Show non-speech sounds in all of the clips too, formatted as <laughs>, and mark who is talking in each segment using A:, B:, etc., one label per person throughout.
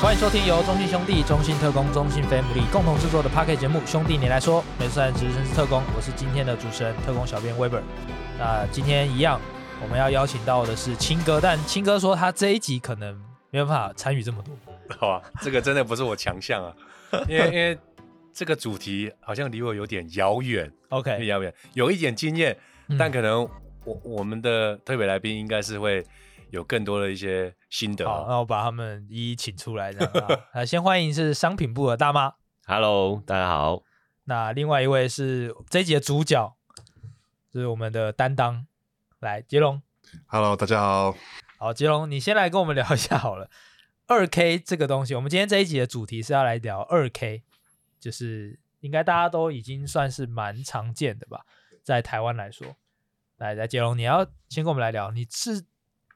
A: 欢迎收听由中信兄弟、中信特工、中信 Family 共同制作的 p a r k e t 节目《兄弟你来说》，美术三职生是特工，我是今天的主持人特工小编 Weber。那今天一样，我们要邀请到的是青哥，但青哥说他这一集可能没有办法参与这么多。
B: 好啊，这个真的不是我强项啊， <laughs> 因为因为这个主题好像离我有点遥远，有点
A: OK，
B: 遥远，有一点经验，
A: 哎嗯
B: 但可能我我们的特别来宾应该是会有更多的一些心得
A: 好，
B: 啊。
A: 那我把他们一一请出来，这样
B: <laughs>
A: 啊。那先欢迎是商品部的大妈，
C: Hello，大家好，
A: 那另外一位是这一集的主角，就是我们的担当，来杰龙。
D: Hello，大家好。
A: 好，杰龙，你先来跟我们聊一下好了。二 K 这个东西，我们今天这一集的主题是要来聊二 K，就是应该大家都已经算是蛮常见的吧，在台湾来说。来，来，杰龙，你要先跟我们来聊，你是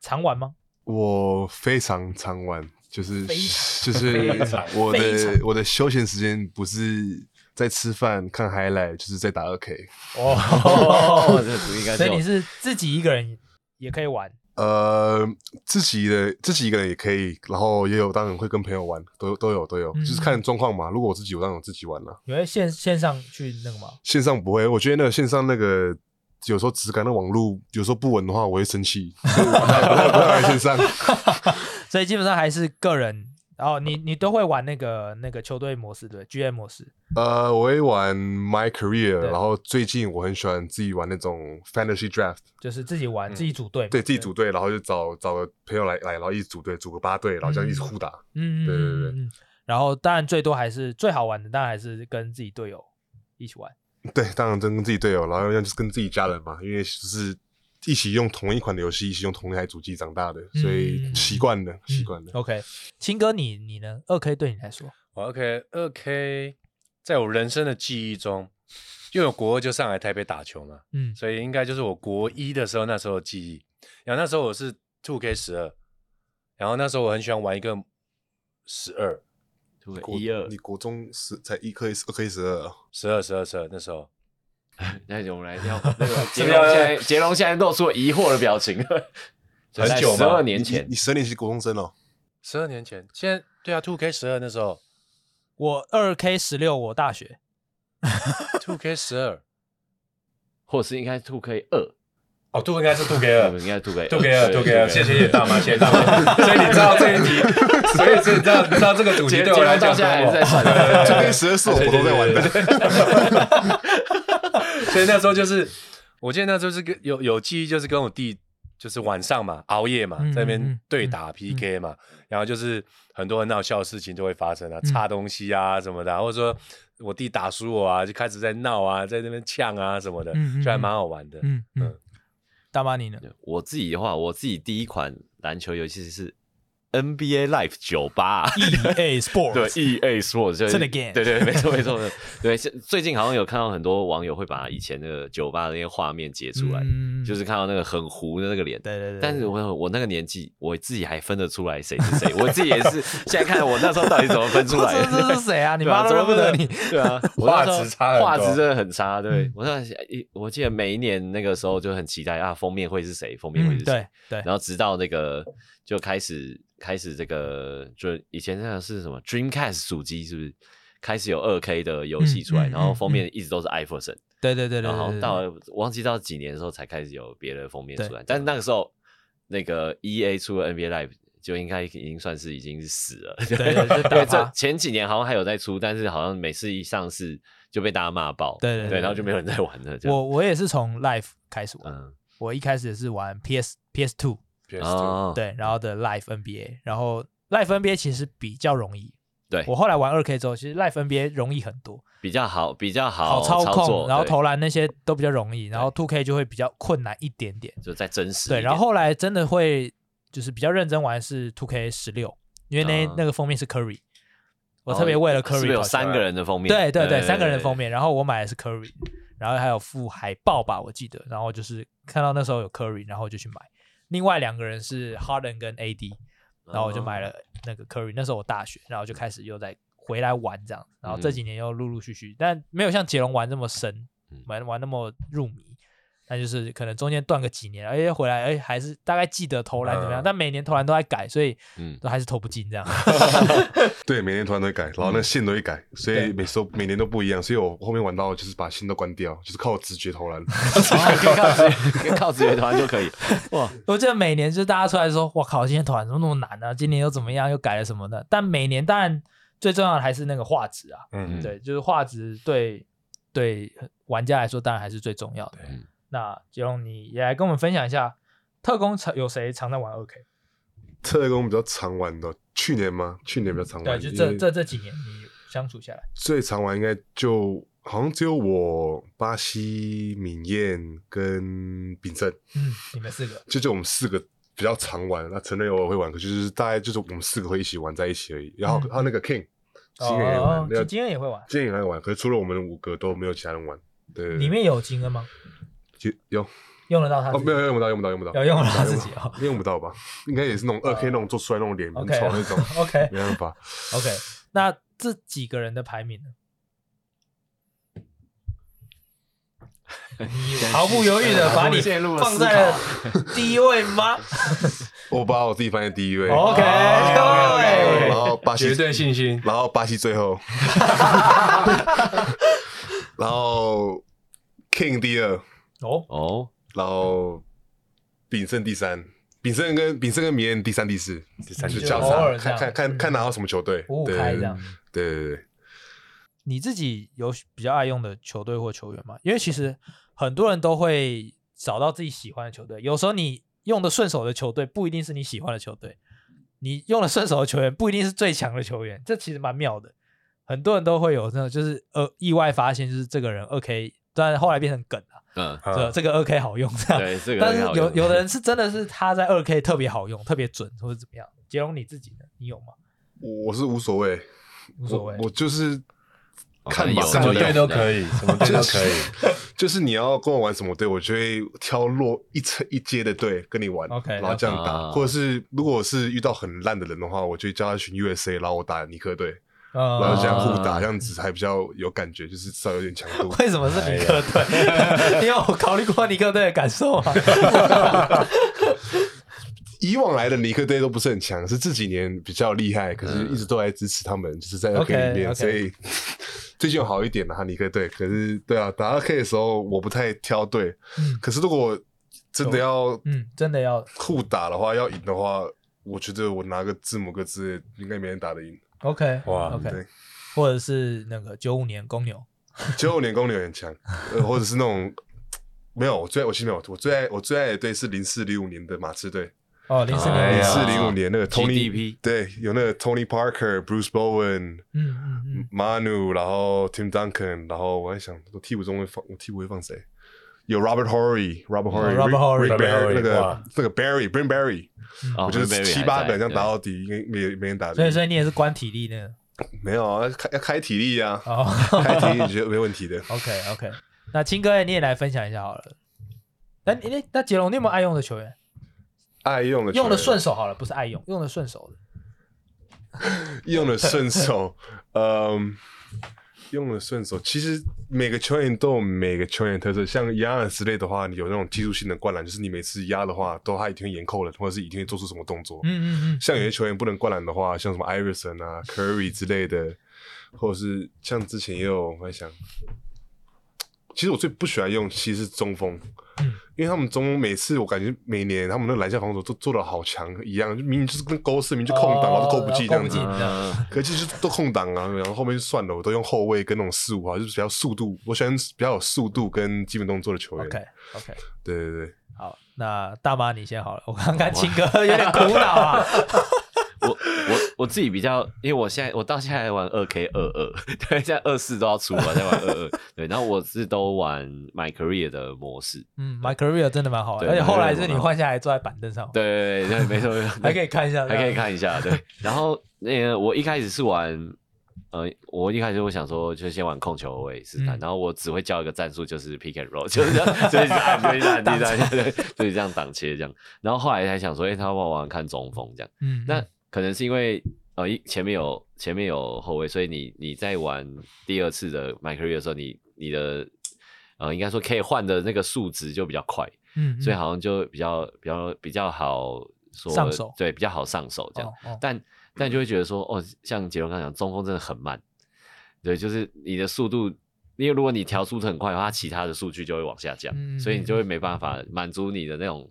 A: 常玩吗？
D: 我非常常玩，就是
A: 非
D: 就是
B: 非常
D: 我
A: 非
D: 的
A: 常
D: 我的休闲时间不是在吃饭看 highlight，就是在打二 K。
C: 哦，
A: <laughs> 哦，
D: <laughs>
C: 这主意应该
A: 所
C: 是
A: 以
C: 我
A: 你是自己一个人也可以玩。
D: 呃，自己的自己一个人也可以，然后也有当然会跟朋友玩，都都有都有，
A: 嗯
D: 就是看状况嘛。如果我自己，我当然我自己玩了。
A: 你会线线上去那个吗？ <laughs>
D: 线上不会，我觉得那个线上那个有时候质感，那网络有时候不稳的话，我会生气， <laughs> 所以我不太不太不太玩线上。
A: 所以基本上还是个人。然后你你都会玩那个那个球队模式对，GM 模式。
D: 呃，我会玩 My Career，
A: 对
D: 然后最近我很喜欢自己玩那种 Fantasy Draft，
A: 就是自己玩，
B: 嗯
A: 自己组队嘛，
D: 对自己组队，然后就找找个朋友来来，然后一起组队，组个八队，然后这样一直互打。
A: 嗯，嗯
D: 对对对
A: 嗯嗯嗯然后当然最多还是最好玩的，当然还是跟自己队友一起玩。
D: 对，当然真跟自己队友，然后要就是跟自己家人嘛，因为就是一起用同一款的游戏，一起用同一台主机长大的，所以
A: 嗯
D: 习惯了，习惯了。
A: OK，青哥你你呢？二 K 对你来说，
B: 我 OK 二 K，在我人生的记忆中，因为我国二就上来台北打球嘛，
A: 嗯
B: 所以应该就是我国一的时候那时候的记忆。然后那时候我是 Two K 十二，然后那时候我很喜欢玩一个十二
C: 出个
D: 国
C: 一二
D: 你，国中十才一颗二 K 十二，
B: 十二十二十二那时候。
C: <laughs> 那我们来聊那个
B: <laughs> 是
C: 杰
B: 不是
C: 龙
B: 要
C: 现在杰龙现在露出了疑惑的表
B: <laughs>
C: 情，
B: 很久吗
C: 十二年
D: 你
C: 前
D: 你十年级国中生哦，
B: 十二年前，现在对啊，Two K 十二那时候
A: 我二 K 十六，我大学
B: ，Two K 十二，
C: 或是应该 Two K 二，
B: <laughs> 哦，Two 应该是 Two
C: <laughs>
B: K
C: 对应该 Two K
B: ，Two K 二，Two K 二，谢谢谢大妈，谢谢大妈。 <laughs>
C: <laughs>
B: 所以你知道这一题， <laughs> 所以这你知道你知道这个主题
C: 杰
B: 对
C: 杰
B: 我
C: 龙
B: 来
C: 到
B: 讲
C: 现在还是在
B: 多么
C: 算
B: 对对对
D: 这 K 十二是我国中在玩的。
B: <laughs> 所以那时候就是，我记得那时候是跟有有记忆，就是跟我弟就是晚上嘛，熬夜嘛
A: 嗯，
B: 在
A: 嗯
B: 那
A: 嗯
B: 边对打 PK 嘛，然后就是很多很闹笑的事情就会发生啊，
A: 嗯
B: 擦东西啊什么的啊，或者说我弟打输我啊，就开始在闹啊，在那边呛啊什么的
A: 嗯嗯，
B: 就还
A: 嗯
B: 蛮好玩的。
A: 嗯嗯
B: 嗯，
A: 大妈你呢？
C: 我自己的话，我自己第一款篮球游戏是 NBA Live 酒吧。
B: E
A: EA Sports
C: 对 E A Sports 就是
A: 真的 game
C: 对对，没错没错，没错对。现最近好像有看到很多网友会把以前那个酒吧的那些画面截出来，
A: 嗯
C: 就是看到那个很糊的那个脸，
A: 对对对，
C: 但是我我那个年纪，我自己还分得出来谁是谁，我自己也是现在看我那时候到底怎么分
B: <laughs>
C: 出来
A: 这这
C: 的
A: 是。谁啊？你
C: 对啊
A: 妈都认不得你
C: 怎么。分对 <laughs> 啊，我那时候
B: 画质差很多
C: 画质真的很差。对
A: 嗯
C: 我那时候一，我记得每一年那个时候就很期待啊，封面会是谁，封面会
A: 嗯，
C: 是谁
A: 对。对，
C: 然后直到那个就开始开始这个，就以前那个是什么 Dreamcast 主机是不是？开始有二 K 的游戏出来，
A: 嗯嗯
C: 然后
A: 嗯
C: 封面一直都是艾弗森。
A: 对对对对，
C: 然后好像
A: 到
C: 到了忘记到几年的时候才开始有别的封面
A: 对
C: 出来，但是那个时候那个 E A 出了 NBA Live 就应该已经算是已经是死了， <laughs> 对
A: 对对打
C: 对，这
A: 趴
C: 前几年好像还有在出，但是好像每次一上市就被大家骂爆，
A: 对对对
C: 对，然后就没有人在玩了，这样，
A: 我我也是从 Life 开始玩，
C: 嗯，
A: 我一开始是玩 PS PS Two，
B: PS2
C: 哦，
A: 对，然后的 Life NBA，然后 Life NBA 其实比较容易。
C: 对
A: 我后来玩二 K 之后，其实 Life NBA 容易很多，
C: 比较好，比较
A: 好
C: 好
A: 操控，
C: 作
A: 然后
C: 对
A: 投篮那些都比较容易，然后
C: 对
A: Two K 就会比较困难一点点。
C: 就再真实一
A: 对，
C: 点，
A: 然后后来真的会就是比较认真玩是 Two K 十六，因为那
C: 啊
A: 那个封面是 Curry，我
C: 哦
A: 特别为了
C: 是不
A: Curry
C: 是有
A: 跑去玩
C: 三个人的封面，
A: 对对对，三个人的封面，然后我买的是 Curry，然后还有附海报吧，我记得，然后就是看到那时候有 Curry，然后我就去买。另外两个人是 Harden 跟 AD，然
C: 嗯
A: 后我就买了那个 Curry，那时候我大学，然后就开始又在回来玩这样，然后这
C: 嗯
A: 几年又陆陆续续，但没有像杰龙玩这么深
C: 嗯，
A: 玩玩那么入迷。但就是可能中间断个几年，而且回来，而且还是大概记得投篮怎么样，
B: 嗯
A: 但每年投篮都在改，所以 <laughs>
C: 嗯，
A: 都还是投不进这样。
D: 对，每年团都会改，然后那线都会改，所以每次都每年都不一样。所以我后面玩到就是把线都关掉，就是靠我直觉投篮。
C: 靠职靠职业团就可以。哇，
A: 我记得每年就是大家出来说，哇靠，今天投篮怎么那么难呢、啊？今年又怎么样，又改了什么的。但每年当然最重要的还是那个画质啊，
B: 嗯，
A: 对，就是画质对对玩家来说当然还是最重要的。
B: 对
D: 嗯
A: 那杰龙，你也来跟我们分享一下，特工常有谁常在玩二 K？
D: 特工比较常玩的，去年吗？去年比较
A: 嗯
D: 常
A: 对，
D: 玩，
A: 就
D: 因
A: 这
D: 为
A: 这这几年你相处下来，
D: 最常玩应该就好像只有我、巴西、敏燕跟秉正，
A: 嗯，你们四个，
D: <laughs> 就就我们四个比较常玩。那承认我也会玩，可就是大概就是我们四个会一起玩在一起而已。然后
A: 嗯
D: 还有那个 King，今年也玩，
A: 哦
D: 那，
A: 今天也会玩，
D: 今天也会玩，可是除了我们五个都没有其他人玩。对，
A: 里面有金恩吗？
D: 其实有
A: 用得到他自
D: 哦，
A: 己？
D: 没有用不到，用不到，用不到，
A: 有用
D: 不
A: 到
D: 到
A: 自己哦。
D: 用不到吧？应该也是那种二 K 那种做出来那种脸很
A: OK
D: 丑那
A: <laughs>
D: 种，
A: OK
D: 没办法。
A: OK，那这几个人的排
D: <laughs>
A: 名呢？你毫不犹豫的把你
C: 陷入了
A: 放
C: 思
A: 在了
C: 考
A: 第一位吗
D: 我把我自己放在第一位，
A: ？OK，各
D: 哦然
A: 位，
D: 后巴西
B: 绝对信心。
D: 然后巴西最后， <laughs> 然后 King 第二，
A: 哦，
C: 哦，
D: 然后炳胜第三，炳胜跟炳胜跟米彦第三第四，第
A: 三
D: 就
A: 就
D: 交
A: 偶尔
D: 叉，
A: 这样
D: 看看看看拿到什么球队，
A: 五五
D: 对
A: 开这样。
D: 对对对，
A: 你自己有比较爱用的球队或球员吗？因为
C: 嗯
A: 其实很多人都会找到自己喜欢的球队，有时候你用的顺手的球队不一定是你喜欢的球队，你用的顺手的球员不一定是最强的球员，这其实蛮妙的。很多人都会有那种就是呃意外发现，就是这个人二 K，但后来变成梗了、
C: 嗯，
A: 这、这个二 K 好用这样。
C: 对，这个
A: 但
C: 很
A: 是
C: 好
A: 有
C: 用
A: 有的
C: <laughs>
A: 人是真的是他在二 K 特别好用，特别准或者怎么样。杰龙你自己呢？你有吗？
D: 我是无所谓，
A: 无所谓
D: 我，我就是
C: 哦
D: 看
C: 反正
D: 吧
C: 有
B: 什
D: 看
B: 么
D: 吧
B: 队都可以，什
D: <laughs>
B: 么队
A: <laughs>
B: 都可以。
D: 就是你要跟我玩什么队，我就会挑落一层一阶的队跟你玩
A: OK，
D: 然后这样打。
C: 啊
D: 或者是如果我是遇到很烂的人的话，我就叫他选 USA，然后我打尼克队，
A: 嗯
D: 然后这样
C: 啊
D: 互打，这样子还比较有感觉，就是至少有点强度。
A: 为什么是尼克队？你有考虑过尼克队的感受啊吗？
D: 以往来的尼克队都不是很强，是这几年比较厉害，可是一直都来支持他们，就是在
A: OK，
D: OK 里面
A: OK
D: 所以最近有好一点了哈尼克队。可是对啊，打 OK 的时候我不太挑队，
A: 嗯
D: 可是如果真的要
A: 嗯，真的要
D: 互打的话，要赢的话，我觉得我拿个字母哥之类，应该没人打得赢。
A: OK
B: 哇
A: OK，
D: 对，
A: 或者是那个九五年公牛
D: 九五年公牛
A: <laughs>
D: 很强，呃，或者是那种没有，我最爱我其实没有，我最爱我最爱的队是零四零五年的马刺队，
A: 哦，零四
C: 哎
A: 年
D: 零
C: 呀
D: 四零五年那个 Tony
C: GDP
D: 对，有那个 Tony Parker、Bruce Bowen、
A: 嗯嗯嗯，
D: Manu，然后 Tim Duncan，然后我在想，我替补中会放，我替补会放谁？有 Robert Horry、Robert Horry、
A: Robert Horry
D: Rick
B: Robert
D: Barry，
B: Horry，
D: 那个
B: 哇
D: 那个 Barry、Ben Barry，
C: 哦
D: 我觉得
C: Burberry
D: 七
C: 还
D: 八
C: 在
D: 个这样打
C: 对
D: 到底，应该没没人打得赢。
A: 所以所以你也是关体力那个
D: 没有啊，要开要开体力啊，
A: 哦
D: 开体力觉得没
A: <laughs>
D: 问题的。
A: OK OK，那青哥你也来分享一下好了。那你那那杰龙，你有没有爱用的球员？
D: 爱用的球员
A: 用的顺，手好了，不是爱用，用的顺手的。
D: 用的顺手， <laughs> 嗯，用的顺手。其实每个球员都有每个球员的特色，像压尔之类的话，你有那种技术性的灌篮，就是你每次压的话，都他一定会严扣了，或者是一定会做出什么动作。
A: 嗯嗯嗯，
D: 像有些球员不能灌篮的话，像什么艾瑞森啊、Curry 之类的，或者是像之前也有我在想，其实我最不喜欢用其实是中锋，
A: 嗯
D: 因为他们中锋每次我感觉每年他们那篮下防守都做的好强一样，就明明就是跟勾四，明明就空档，然后都勾不进
A: 哦勾
D: 这样
A: 不
D: 子
A: 进。这样。
C: 嗯
D: 可其实都空档啊，然后后面就算了，我都用后卫跟那种四五啊，就是比较速度，我喜欢比较有速度跟基本动作的球员。
A: OK OK，
D: 对对对，
A: 好，那大妈你先好了。我刚刚青哥有点苦恼啊。
C: 我我我自己比较，因为我现在我到现在还玩二 K 二二，对，现在二四都要出了，在玩二二，对，然后我是都玩 My Career 的模式，
A: 嗯，My Career 真的蛮好玩，
C: 对
A: 而且
C: My
A: 后来
C: Career
A: 是你
C: 蛮好
A: 换下来坐在板凳上，，
C: 对对对，没错没错，
A: 还可以看一下，
C: 还可以，看一下，对。然后那个我一开始是玩，呃，我一开始我想说就先玩控球位试探，
A: 嗯
C: 然后我只会教一个战术，就是 pick and roll，就是这样，就是这样，就是这
A: <laughs>
C: 样，
A: 挡
C: 就是这样对，就是这样挡切这样。然后后来才想说，哎、他玩玩看中锋这样。
A: 嗯，
C: 那可能是因为呃，一前面有前面有后卫，所以你你在玩第二次的 My Career 的时候，你你的呃，应该说可以换的那个数值就比较快，
A: 嗯，
C: 所以
A: 嗯
C: 好像就比较比较比较好说
A: 上手
C: 对，比较好上手这样。
A: 哦哦
C: 但但就会觉得说，哦，像杰伦刚刚讲，中锋真的很慢，对，就是你的速度，因为如果你调速度很快的话，它其他的数据就会往下降，
A: 嗯
C: 所以你就会没办法满足你的那种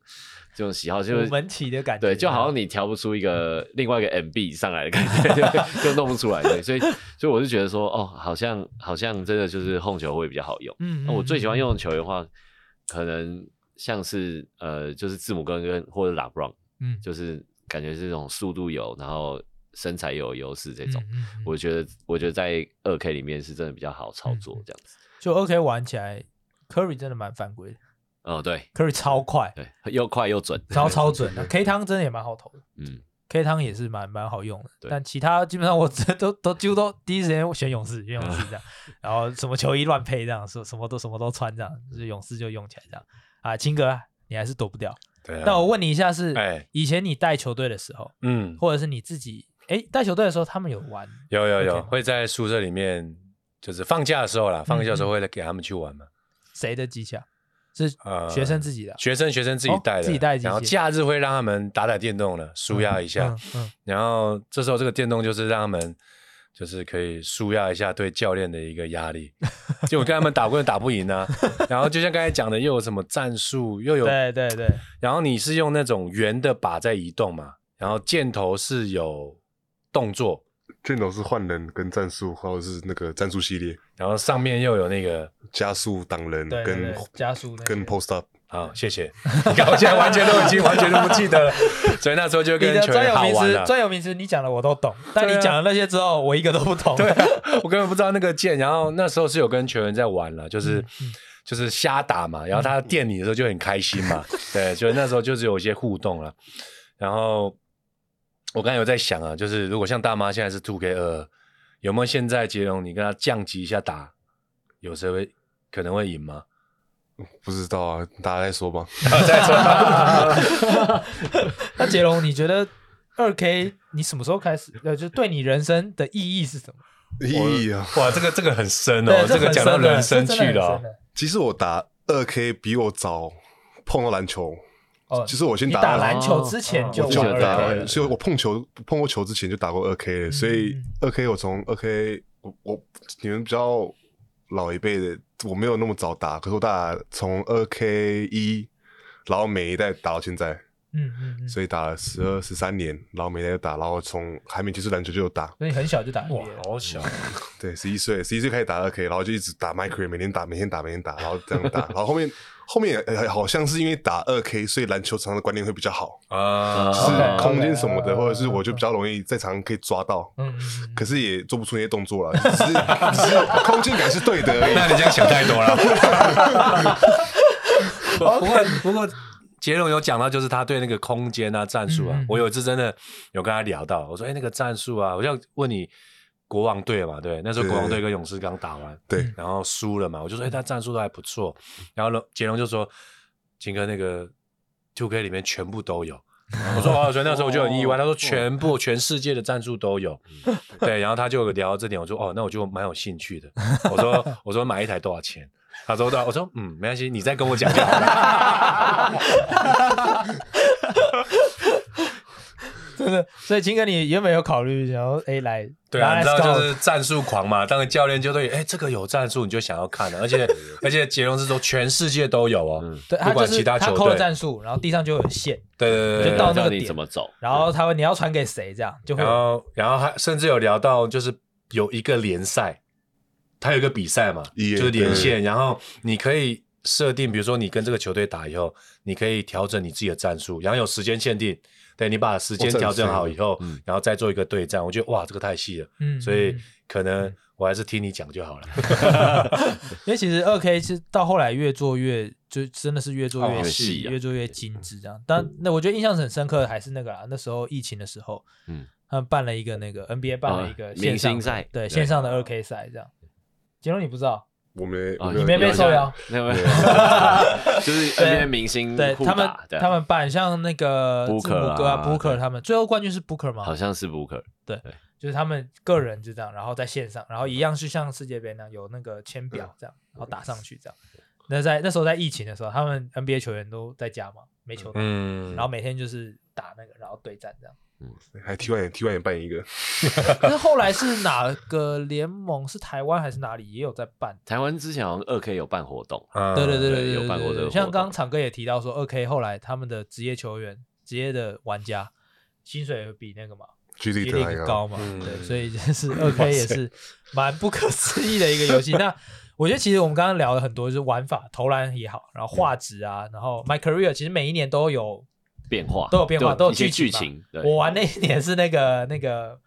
C: 这种喜好，就是
A: 五门旗的感觉啊
C: 对，就好像你调不出
A: <laughs>
C: 一个另外一个 MB 上来的感觉， <laughs> 就弄不出来对，所以所以我就觉得说，哦，好像好像真的就是控球会比较好用。
A: 嗯，
C: 那我最喜欢
A: 嗯
C: 用的球员的话，可能像是呃，就是字母哥跟或者拉布朗，
A: 嗯
C: 就是感觉是这种速度有，然后身材有优势这种。
A: 嗯嗯嗯
C: 我觉得，我觉得在二 K 里面是真的比较好操作这样子。
A: 就 OK 玩起来，Curry 真的蛮犯规的
C: 哦，对
A: ，Curry 超快，
C: 对，又快又准，
A: 超超准的，K 汤真的也蛮好投的。
C: 嗯，
A: K 汤也是蛮蛮好用的，
C: 对
A: 但其他基本上我这都 <laughs> 都几乎都第一时间选勇士，选勇士这
C: <laughs>
A: 样，然后什么球衣乱配这样，什什么都什么都穿这样，就是勇士就用起来这样啊。青哥，你还是躲不掉。
B: 对
A: 那
B: 啊，
A: 我问你一下是，
B: 哎
A: 以前你带球队的时候，
B: 嗯，
A: 或者是你自己哎带球队的时候，他们有玩
B: 有有
A: OK
B: 有，
A: 吗
B: 会在宿舍里面，就是放假的时候啦，放假的时
A: 嗯
B: 候会给他们去玩嘛。
A: 谁的技巧？是
B: 呃
A: 学生自己的啊、
B: 学生学生自己
A: 哦
B: 带的，
A: 自己带机
B: 然后
A: 械
B: 假日会让他们打打电动了，舒压一下。
A: 嗯嗯
B: 然后这时候这个电动就是让他们就是可以舒压一下对教练的一个压力。就我跟他们打，根本打不
A: <laughs>
B: 赢啊。然后就像刚才讲的，又有什么战术，又有，
A: 对对对，
B: 然后你是用那种圆的靶在移动嘛，然后箭头是有动作，
D: 卷轴是换人跟战术，或者是那个战术系列，
B: 然后上面又有那个。
D: 加速挡人
A: 对对
D: 跟
A: 对加速那个
D: 跟 post up。
B: 好，谢谢。你看我现在完全都已经完全都不记得了，所以那时候就
A: 你
B: 跟
A: 的
B: 球
A: 专
B: 员
A: 有
B: 好
A: 名
B: 玩
A: 词
B: 了，。
A: 专有名词你讲的我都懂，但你
B: 对啊
A: 讲的那些之后，我一个都不懂。
B: 对啊、 <laughs> 我根本不知道那个键。然后那时候是有跟球员在玩了，就是、
A: 嗯
B: 就是瞎打嘛。然后他电你的时候就很开
A: <laughs>
B: 心嘛，对，所以那时候就是有一些互动了。然后我刚才有在想啊，就是如果像大妈现在是 Two K 二，有没有现在杰龙你跟他降级一下打，有谁会可能会赢吗？
D: 不知道啊，大家再说吧。
A: <laughs> 那杰龙，你觉得二 K 你什么时候开始？呃，就对你人生的意义是什么？
D: 意义啊，
B: 哇，这个这个很深哦
A: 对，
B: 这个
A: 很
B: 讲到
A: 深的
B: 人生
A: 这真
B: 去
A: 的
B: 了
A: 很
B: 哦
A: 深。的
D: 其实我打二 K 比我早碰到篮球，
A: 哦，
D: 就是我先
A: 你
D: 打
A: 打
D: 到
A: 篮
B: 哦
A: 球之前就
D: 我就
A: 玩
C: 我觉得
A: 二
D: 打
C: 打
A: K
C: 完
A: 了
C: 了，
D: 所以我碰球碰过球之前就打过二 K 了，所以
A: 嗯
D: 二 K 我从二 K 我我你们比较老一辈的，我没有那么早打，可是我打从二 K 一，然后每一代打到现在，
A: 嗯嗯嗯，
D: 所以打了十二十三年，然后每一代就打，然后从还没接触篮球就有打，
A: 所以你很小就打 NBA
B: 哇
A: 了，
B: 哦好小！
D: 对，十一岁十一岁开始打二 K，然后就一直打 micro，每天打每天打每天打，然后这样打，然后后面后面呃好像是因为打二 K，所以篮球场的观念会比较好，
A: 嗯
B: 啊，
D: 就
A: OK，OK，
D: 是空间什么的，
A: 嗯
D: 或者是我就比较容易在场上可以抓到。
A: 嗯，嗯嗯
D: 可是也做不出那些动作了，只是只是空间感是对的而已。
B: 那你这样想太多 <laughs> 了。不过不过，杰龙有讲到，就是他对那个空间啊、战术啊，
A: 嗯嗯
B: 我有一次真的有跟他聊到，我说：“哎、那个战术啊，我要问你国王队嘛，对，那时候国王队跟勇士刚打完，
D: 对，
B: 然后输了嘛，我就说：哎、他战术都还不错。然后呢，杰龙就说：金哥那个 Two K 里面全部都有。”我说哦，所以那时候我就很意外。他说全部全世界的战术都有，对。然后他就有聊到这点，我说哦，那我就蛮有兴趣的。我说我说买一台多少钱？他说多少？我说嗯，没关系，你再跟我讲就好了。
A: 真的， <laughs> 所以秦哥，你原本有考虑想要哎来，
B: 对啊，
A: 来
B: 你知道
A: scout
B: 就是战术狂嘛，当个教练就对，哎，这个有战术你就想要看了，而且而且杰荣是说全世界都有哦
C: 嗯，
A: 对他
B: 不
A: 就
B: 管
A: 是
B: 其他
A: 他
B: 球
A: 抠了
B: 队，
A: 战术，然后地上就有线，
B: 对对对对
A: 就
B: 对
A: 到
B: 对。
A: 那个
C: 教你
A: 点
C: 怎么走，
A: 然后他会你要传给谁这样就会
B: 然
A: 有
B: 后然后还甚至有聊到就是有一个联赛，它有一个比赛嘛，
D: 也
B: 就是连线，然后你可以设定，比如说你跟这个球队打以后，你可以调整你自己的战术，然后有时间限定。对你把时间
D: 哦这很
B: 调整好
D: 深
B: 以后，
C: 嗯
B: 然后再做一个对战，我觉得哇，这个太细了，
A: 嗯
B: 所
A: 嗯
B: 以
A: 嗯
B: 可能我还是听你讲就好了。
A: 因为其实二 K 是到后来越做越就真的是越做越
C: 哦
A: 细，
C: 细啊
A: 越做越精致这样。但那我觉得印象很深刻的还是那个啦，那时候疫情的时候，
C: 嗯，
A: 他们办了一个那个 NBA 办了一个
C: 啊
A: 线上的
C: 明星赛
A: 对
C: 对
A: 线上的二 K 赛这样。杰龙你不知道，
D: 我没，
C: 啊
D: 我
A: 哦你
C: 有
A: 没被
C: 有
A: 受邀，
C: 没有没有，就是
A: 对
C: NBA 明星
A: 对
C: 互
A: 他们
C: 打对啊
A: 他们办像那个字
C: Booker
A: 母哥啊
C: 啊
A: Booker
C: 对
A: 他们最后冠军是 Booker 吗？
C: 好像是 Booker，
A: 就是他们个
C: 嗯
A: 人
C: 嗯
A: 就这样，然后在线上，然后一样是像世界杯那样有那个签表这样，然后打上去这样。那在那时候在疫情的时候，他们 NBA 球员都在家嘛，没球打，
B: 嗯
A: 然后每天就是打那个，然后对战这样。 <laughs>
D: 还 T 完也 T 完也办一个，
A: 可是后来是哪个联盟？是台湾还是哪里也有在办？
C: 台湾之前好像二 K 有办活动，
B: 嗯
A: 对对对
C: 对
A: 对
C: 有
A: 对
C: 办过这个活动
A: 像刚刚场哥也提到说，二 K 后来他们的职业球员、职业的玩家薪水比那个嘛
D: G
A: G
D: D 特还
A: 更高嘛，
B: 嗯
A: 对，所以就是 <laughs> 二 K 也是蛮不可思议的一个游戏。那我觉得其实我们刚刚聊了很多，就是玩法、投篮也好，然后画质啊，然后 My Career 其实每一年都有
C: 变化
A: 都有变化都有
C: 一些
A: 剧
C: 剧
A: 情
C: 情。对
A: 我玩那一年是那个那个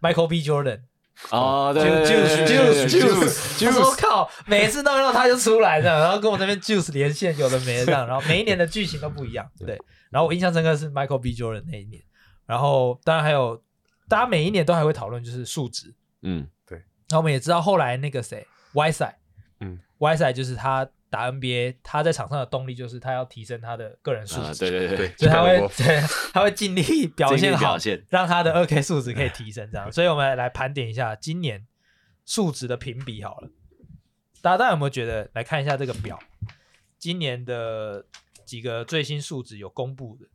A: Michael B. Jordan，
C: 哦，对
B: 就
C: 对对对对
B: 就
C: 对
B: 就
C: 对
A: 他说靠，每次弄一弄他就出来这样，然后跟我这边 Juice 连线，有的没的这样，然后每一年的剧情都不一样，对。然后我印象深刻是 Michael B. Jordan 那一年，然后当然还有大家每一年都还会讨论就是数值，
C: 嗯，
A: 然后我们也知道后来那个谁 Y 赛，
D: 嗯
A: ，Y 赛就是他打 NBA，他在场上的动力就是他要提升他的个人数
C: 啊，
A: 值，
C: 对对对，
D: 对，
A: 所以他会
D: 我
A: <laughs> 对他会尽力表
C: 尽
A: 现
C: 力
A: 好
C: 表，现，嗯
A: 让他的二 K 数值可以提升，这样。所以我们来盘点一下今年数值的评比好了。大家大家有没有觉得？来看一下这个表，今年的几个最新数值有公布的。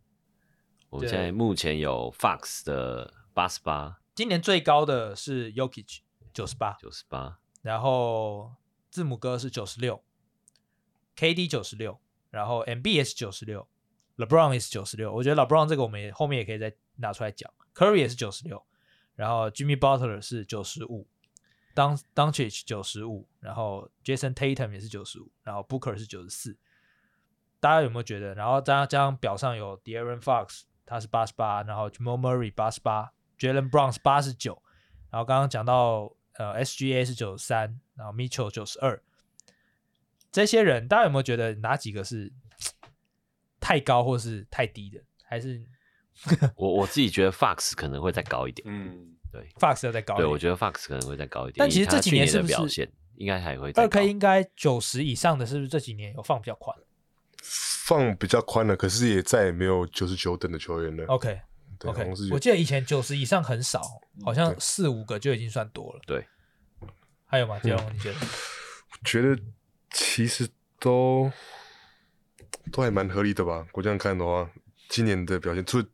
C: 我们现在目前有 Fox 的八十八、
A: 今年最高的是 Yokich 九十八，
C: 九十八，
A: 然后字母哥是九十六，KD 九十六，然后 MBS 九十六，LeBron 也是九十六。我觉得 LeBron 这个我们也后面也可以再拿出来讲。Curry 也是九十六，然后 Jimmy Butler 是九十五，Don Doncic 九十五，然后 Jason Tatum 也是九十五，然后 Booker 是九十四。大家有没有觉得？然后加加上表上有 De'Aaron Fox，他是八十八，然后 Jamal Murray 八十八，Jalen Brown 是八十九，然后刚刚讲到呃 SGA 是九三，然后 Mitchell 九十二，这些人大家有没有觉得哪几个是太高或是太低的？还是
C: 我我自己觉得 Fox 可能会再高一点，
B: 嗯，
C: 对
A: Fox 要再高一
C: 对，
A: 点？
C: 我觉得 Fox 可能会再高一点，
A: 但其实
C: 以他
A: 这几
C: 去
A: 年
C: 年
A: 是
C: 的
A: 不是
C: 表现应该还会再
A: 二
C: 高
A: K 应该九十以上的，是不是这几年有放比较宽
D: 放比较宽了，可是也再也没有九十九等的球员了。
A: ？OK
D: 对
A: 哦 OK，
D: 好像是
A: 我
D: 有
A: 记得以前九十以上很少，好像四五个就已经算多了。
C: 对，
A: 还有吗？杰荣，你觉得？
D: 觉得其实都都还蛮合理的吧。我这样看的话，今年的表现，除了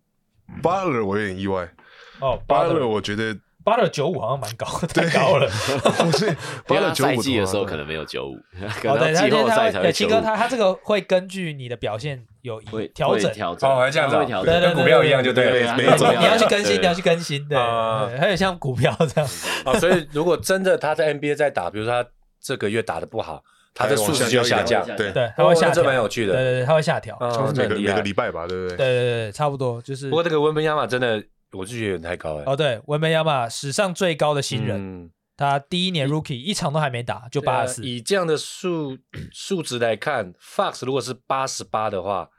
D: Butler 我有点意外
A: 哦，八
D: ，Butler
A: 六
D: 我觉得
A: 八六九五好像蛮高，太高了。
D: 不是
C: 因为
D: Butler
C: 他
D: 九
C: 赛
D: 五
C: 季的时
B: 啊
C: 候可能没有九五， <laughs> 可
A: 哦，
C: 能
A: 对，他
C: 季后赛才
A: 对
C: 会
A: 七
C: 九
A: 哥
C: 五，
A: 他他这个会根据你的表现有
C: 会
A: 调
C: 会
A: 整，
C: 调整，
B: 哦，还这样子
C: 会
B: 啊，
C: 调
A: 对
C: 整，
A: 对
B: 跟股票一样就对了，
C: 对
B: 没
C: 对
B: 错
C: 对
A: 你要去更新，
C: 对
A: 你要去更新，对，
B: 啊
A: 对还有像股票这样，
B: 啊，所以如果真的他在 NBA 在打，比如说他这个月打的不好，他的数值就下降，
D: 对，
A: 对，它会下
B: 哦
A: 调，
B: 那这蛮有趣的
A: 对对对，它会下调，
B: 啊
D: 像是每
B: 这很
D: 个哦每
B: 厉害
D: 个礼拜吧，对不
A: 对
D: 对？
A: 对对，差不多就是
B: 不。过这个温本亚马真的，我就觉得有点太高了，
A: 哦，对，文梅亚马史上最高的新人，
B: 嗯，
A: 他第一年 rookie 一场都还没打就
B: 对啊
A: 八十四，
B: 以这样的数数值来看，Fox 如果是八十八的话，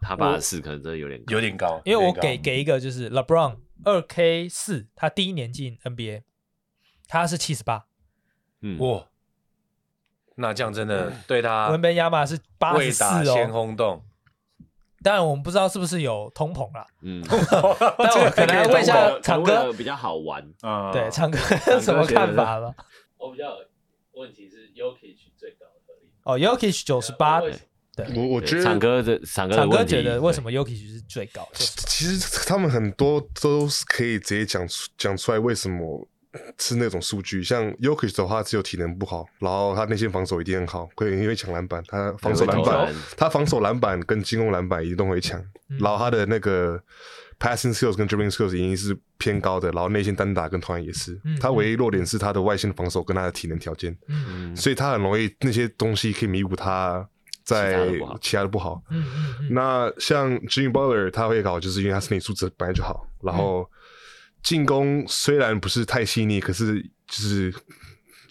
C: 他八十四可能真的有点高
B: 有点高，
A: 因为我
B: 有
A: 给
B: 点高
A: 给一个就是 LeBron 二 K 四，他第一年进 NBA，他是七十八，
C: 嗯，
B: 哇，那这样真的对他
A: 嗯文本亚马是八
B: 未
A: 十四
B: 打先
A: 哦。
B: 轰动，
A: 当然我们不知道是不是有通膨啦，
C: 嗯，
A: <laughs> 但 <laughs> 我
B: <laughs>
A: 可能要问一下长
C: 长
A: 哥，
C: 比较好玩。
B: 啊
A: 对长哥
C: 哥
A: 什么
C: 觉得
A: 看法吗？
C: 我比较问题是 Yokich 最高的合理
A: 哦 y o k i c 九十八，
B: 啊
D: 我我觉得
C: 长哥的长哥的
A: 长哥
C: 问题
A: 觉得为什么 y o k i c 是最高的？
D: 其实他们很多都是可以直接讲出讲出来为什么。是那种数据，像 y o k i c 的话，只有体能不好，然后他内线防守一定很好，可以因为抢篮板，他防守篮
C: 还会
D: 板
C: 投篮，
D: 他防守篮板跟进攻篮板一定都会强，
A: 嗯
D: 然后他的那个 passing skills 跟 dribbling skills 已经是偏高的，然后内线单打跟投篮也是
A: 嗯，
D: 他唯一弱点是他的外线防守跟他的体能条件，
A: 嗯
D: 所以他很容易那些东西可以弥补他在
C: 其他的不好
D: 其他的不好。
A: 嗯嗯嗯，
D: 那像 Jimmy Butler 他会搞，就是因为他身体素质本来就好，
A: 嗯
D: 然后进攻虽然不是太细腻，可是就是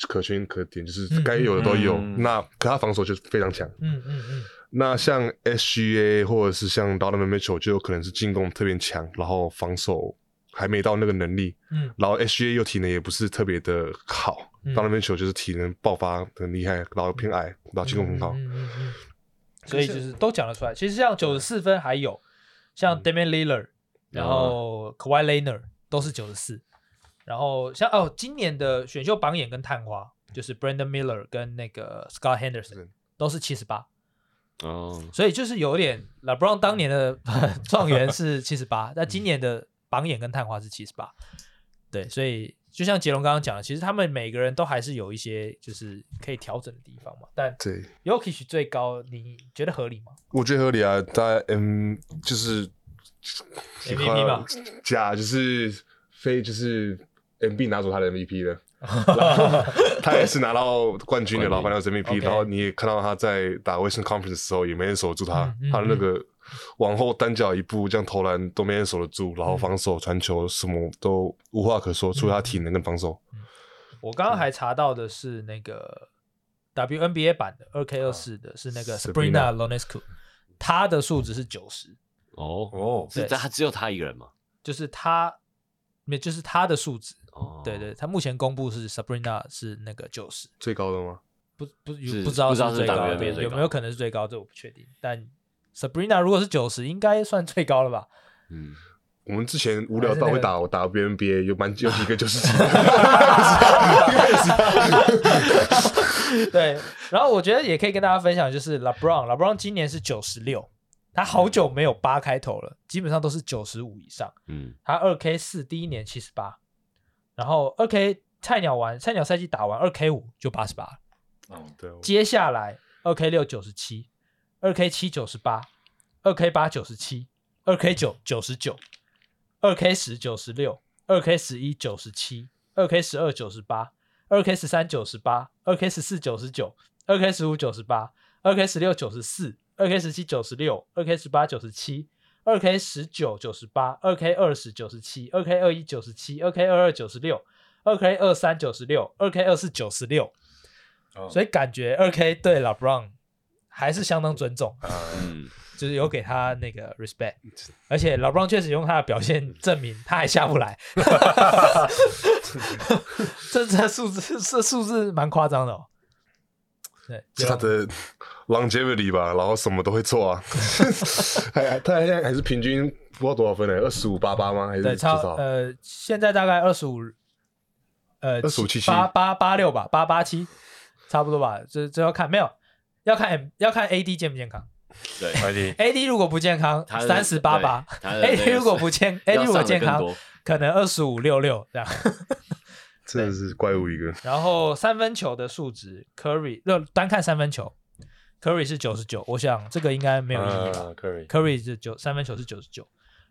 D: 可圈可点，就是该有的都有。
B: 嗯嗯
D: 那可他防守就非常强。
A: 嗯嗯嗯，
D: 那像 SGA 或者是像 Donovan Mitchell 就有可能是进攻特别强，然后防守还没到那个能力，
A: 嗯，
D: 然后 SGA 又体能也不是特别的好、
A: 嗯
D: d o n o v a n Mitchell 就是体能爆发很厉害，然后偏矮，然后进攻很好。
A: 嗯嗯嗯嗯所以就是都讲得出来。其实像九十四分还有
C: 嗯
A: 像 Damian Lillard，然后
C: 哦
A: Kawhi Leonard 都是九十四，然后像哦今年的选秀榜眼跟探花就是 Brandon Miller 跟那个 Scott Henderson，都是七十八，
C: 哦，
A: 所以就是有点 LeBron 当年的 <laughs> 状元是七十八，那今年的榜眼跟探花是七十八，对，所以就像杰龙刚刚讲的，其实他们每个人都还是有一些就是可以调整的地方嘛。但
D: 对，
A: Yokich 最高，你觉得合理吗？
D: 我觉得合理啊，大家嗯，就是
A: MVP 嘛，
D: 假就是非就是 MB 拿走他的 MVP 的，
B: <laughs>
D: 然后他也是拿到冠军的，
C: 冠军
D: 然后拿到 MVP，
A: OK
D: 然后你也看到他在打 Western Conference 的时候也没人守住他
A: 嗯嗯，
D: 他那个往后单脚一步这样投篮都没人守得住，然后防守、传球什么都无话可说，除了他体能跟防守。
A: 我刚刚还查到的是那个 WNBA 版的二 K 二四的，是那个 Sabrina
D: Sabrina
A: Lonescu，她的数值是九十，
C: 哦，
B: 哦，
C: 是
A: 对
C: 他只有他一个人嘛？
A: 就是她，没就是她的数值。
C: 哦，
A: 对对，，她目前公布是 Sabrina 是那个九十，
D: 最高的吗？
A: 不不
C: 是
A: 不知道
C: 不知道
A: 是
C: 是
A: 最高的
C: WNBA 最
A: 有
C: 高
A: 没有可能是最高，这我不确定。但 Sabrina 如果是九十，应该算最高了吧？ <laughs>
C: 嗯，
D: 我们之前无聊到会打我打 WNBA，有蛮有几个就是几
A: 对，然后我觉得也可以跟大家分享，就是 LeBron，LeBron 今年是九十六，他好久没有八开头了，基本上都是九十五以上。
C: 嗯，
A: 他二 K 四第一年七十八，然后二 K 菜鸟完菜鸟赛季打完二 K 五就八十八，
D: 对，我
A: 接下来二 K 六九十七，二 K 七九十八，二 K 八九十七，二 K 九九十九，二 K 十九十六，二 K 十一九十七，二 K 十二九十八，二 K 十三九十八，二 K 十四九十九，二 K 十五九十八，二 K 十六九十四，二 K 十七九十六，二 K 十八九十七。二 K 十九九十八，二 K 二十九十七，二 K 二一九十七，二 K 二二九十六，二 K 二三九十六，二 K 二四九十六，
B: 嗯
D: 哦
A: 所以感觉二 K 对 LeBron 还是相当尊重，
C: 嗯，
A: 就是有给他那个 respect，而且 LeBron 确实用他的表现证明他还下不来，这这数字这数字蛮夸张的哦。对，
D: 是他的 longevity 吧，然后什么都会做啊，还他现在还是平均不知道多少分呢、二十五八八吗？还是
A: 对
D: 多
A: 超
D: 少？
A: 呃，现在大概二十五，呃，
D: 2577
A: 八八八六吧，八八七，差不多吧。这这要看没有，要看 M- 要看 AD 健不健康。
C: 对。
B: 快点，
A: AD 如果不健康，
C: 他的
A: 三十八八
C: 对他的那个
A: ；AD 如果不健
C: 要
A: ，AD
C: 上
A: 如
C: 的
A: 果健康
C: 更多，
A: 可能二十五六六这样。
D: 真的是怪物一个。
A: 然后三分球的数值，Curry 那单看三分球，Curry 是九十九，我想这个应 <laughs> 该没有意义
C: 呃
A: 吧。
B: 啊，Curry，
A: Curry 是九三分球是九十九，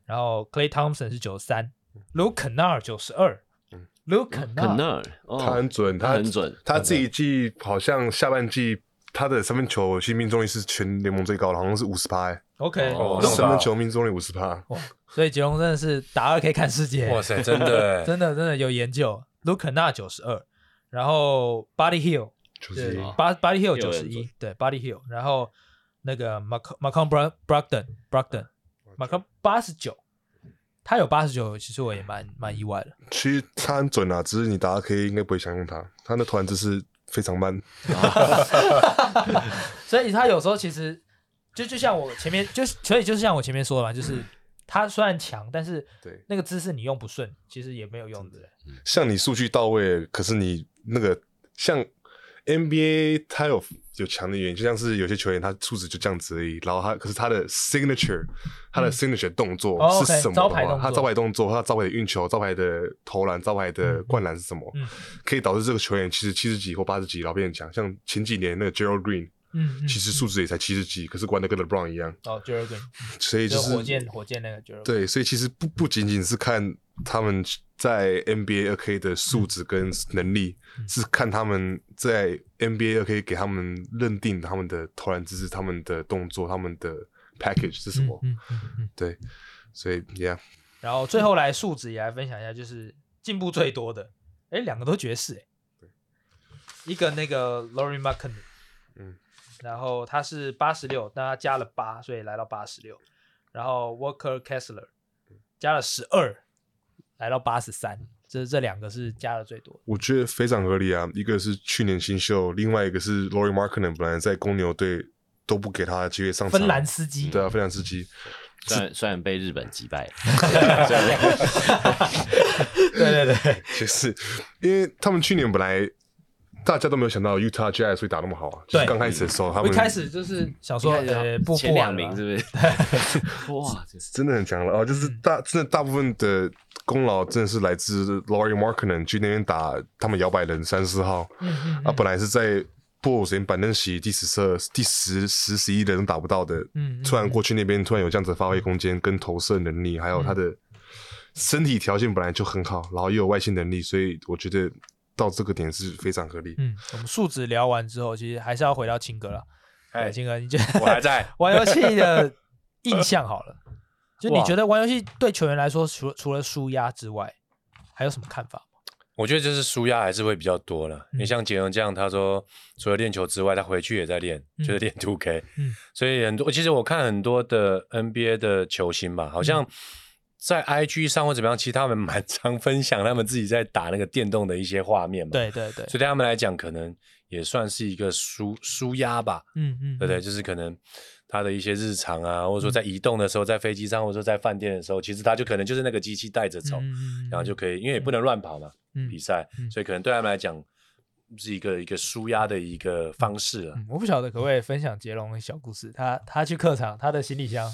A: 然后 Clay Thompson 是九十三，Luke Kennard 九十二，Luke
C: 嗯可
A: Kennard
C: 能哦
D: 他很准，
C: 他很准
D: 他这一季好像下半季他的三分球其实命中率是全联盟最高的，好像是五十趴，欸
A: OK，
B: 哦那么
D: 三
B: 高
D: 分球命中率五十趴。
A: 所以杰龙真的是打二 K 看世界，
B: 哇塞，真的欸，
A: <laughs> 真的真的有研究。Luke Kennard 九十二，然后 Body Hill
D: 就是
A: 对
D: 一
A: 巴 Body Hill
C: 又
A: 九
C: 有
A: 十
C: 人
A: 一
C: 做，
A: 对 Body Hill，然后那个 Mac Macon Bro- Brogdon Brogdon Macon 八十九，他有八十九，其实我也蛮蛮意外的。
D: 其实他很准啊，只是你打 K 应该不会想用他，他的团子是非常慢。
A: 所以他有时候其实就就像我前面就是，所以就是像我前面说的嘛，
D: <clears throat>
A: 就是他虽然强，但是
D: 对，
A: 那个姿势你用不顺，其实也没有用的。
D: 像你数据到位，可是你那个像 NBA，它有有强的原因，就像是有些球员他素质就这样子而已，然后他可是他的 signature，他的 signature 动作
A: 嗯哦
D: 是
A: OK，
D: 什么
A: 招
D: 的
A: 牌动
D: 话，
A: 作
D: 他招牌动作，他招牌的运球、招牌的投篮、招牌的灌篮是什么
A: 嗯，
D: 可以导致这个球员其实七十几或八十几，然后变成强。像前几年那个 Gerald Green，
A: 嗯，嗯
D: 其实数值也才七十几，可是玩的跟 LeBron 一样，
A: 哦 j e r g e n
D: 所以
A: 就
D: 就是
A: 火箭火箭那个 j e r g e n
D: 对，所以其实不不仅仅是看他们在 NBA 二 K 的素质跟能力，
A: 嗯
D: 是看他们在 NBA 二 K 给他们认定他们的投篮姿势、他们的动作、他们的 package 是什么。
A: 嗯嗯嗯嗯
D: 对，所以 yeah，
A: 然后最后来数值也来分享一下，就是进步最多的，哎，两个都爵士，哎，一个那个 Lori m c k i n
D: 嗯，
A: 然后他是八十六，但他加了八，所以来到八十六。然后 Walker Kessler 加了十二，来到八十三，这这两个是加的最多的。
D: 我觉得非常合理啊。一个是去年新秀，另外一个是 Lori m a r k e n 本来在公牛队都不给他机会上场，
A: 芬兰司机，
D: 对啊，芬兰司机。
C: 虽然虽然被日本击败，
A: 对对对，
D: 就是因为他们去年本来大家都没有想到 Utah Jazz 会打那么好啊，就是
A: 对
D: 刚开始的时候，他
A: 我一
D: 们
A: 开始就是想说，
C: 一开始
A: 呃，不
C: 前
A: 不
C: 两
A: 玩
C: 名
A: 了，
C: 是
A: <laughs>
C: 不是？哇，这是
D: 真的很强了啊！就是
A: 嗯
D: 大真的大部分的功劳真的是来自 Laurie Markkinen 去那边打他们摇摆人三四号，
A: 嗯
D: 啊，本来是在布鲁斯林板凳席第十色、第十、十、十一人打不到的，
A: 嗯嗯
D: 突然过去那边突然有这样子的发挥空间，跟投射能力，还有他
A: 嗯
D: 的身体条件本来就很好，然后又有外线能力，所以我觉得到这个点是非常合理。
A: 嗯，我们数值聊完之后，其实还是要回到青哥了。
B: 哎
A: 对，青哥，你觉
B: 我还
A: 得
B: 在。
A: 玩游戏的印象好了，就你
B: 哇
A: 觉得玩游戏对球员来说，除了除了舒压之外，还有什么看法吗？
B: 我觉得就是舒压还是会比较多了。
A: 嗯
B: 你、像杰伦这样，他说除了练球之外，他回去也在练，
A: 嗯
B: 就是练 Two K。
A: 嗯
B: 所以很多其实我看很多的 NBA 的球星吧，好
A: 嗯
B: 像在 IG 上或怎么样，其实他们蛮常分享他们自己在打那个电动的一些画面嘛。，
A: 对对对，
B: 所以对他们来讲，可能也算是一个舒舒压吧。
A: 嗯嗯，
B: 对不
A: 嗯？
B: 对？就是可能他的一些日常啊，或者说在移动的时候，在飞机上或者说在饭店的时候，其实他就可能就是那个机器带着走，
A: 嗯嗯嗯
B: 然后就可以，因为也不能乱跑嘛，
A: 嗯
B: 比赛，
A: 嗯
B: 所以可能对他们来讲是一个一个舒压的一个方式了。
A: 嗯，我不晓得可不可以分享杰龙的小故事。他他去客场，他的行李箱，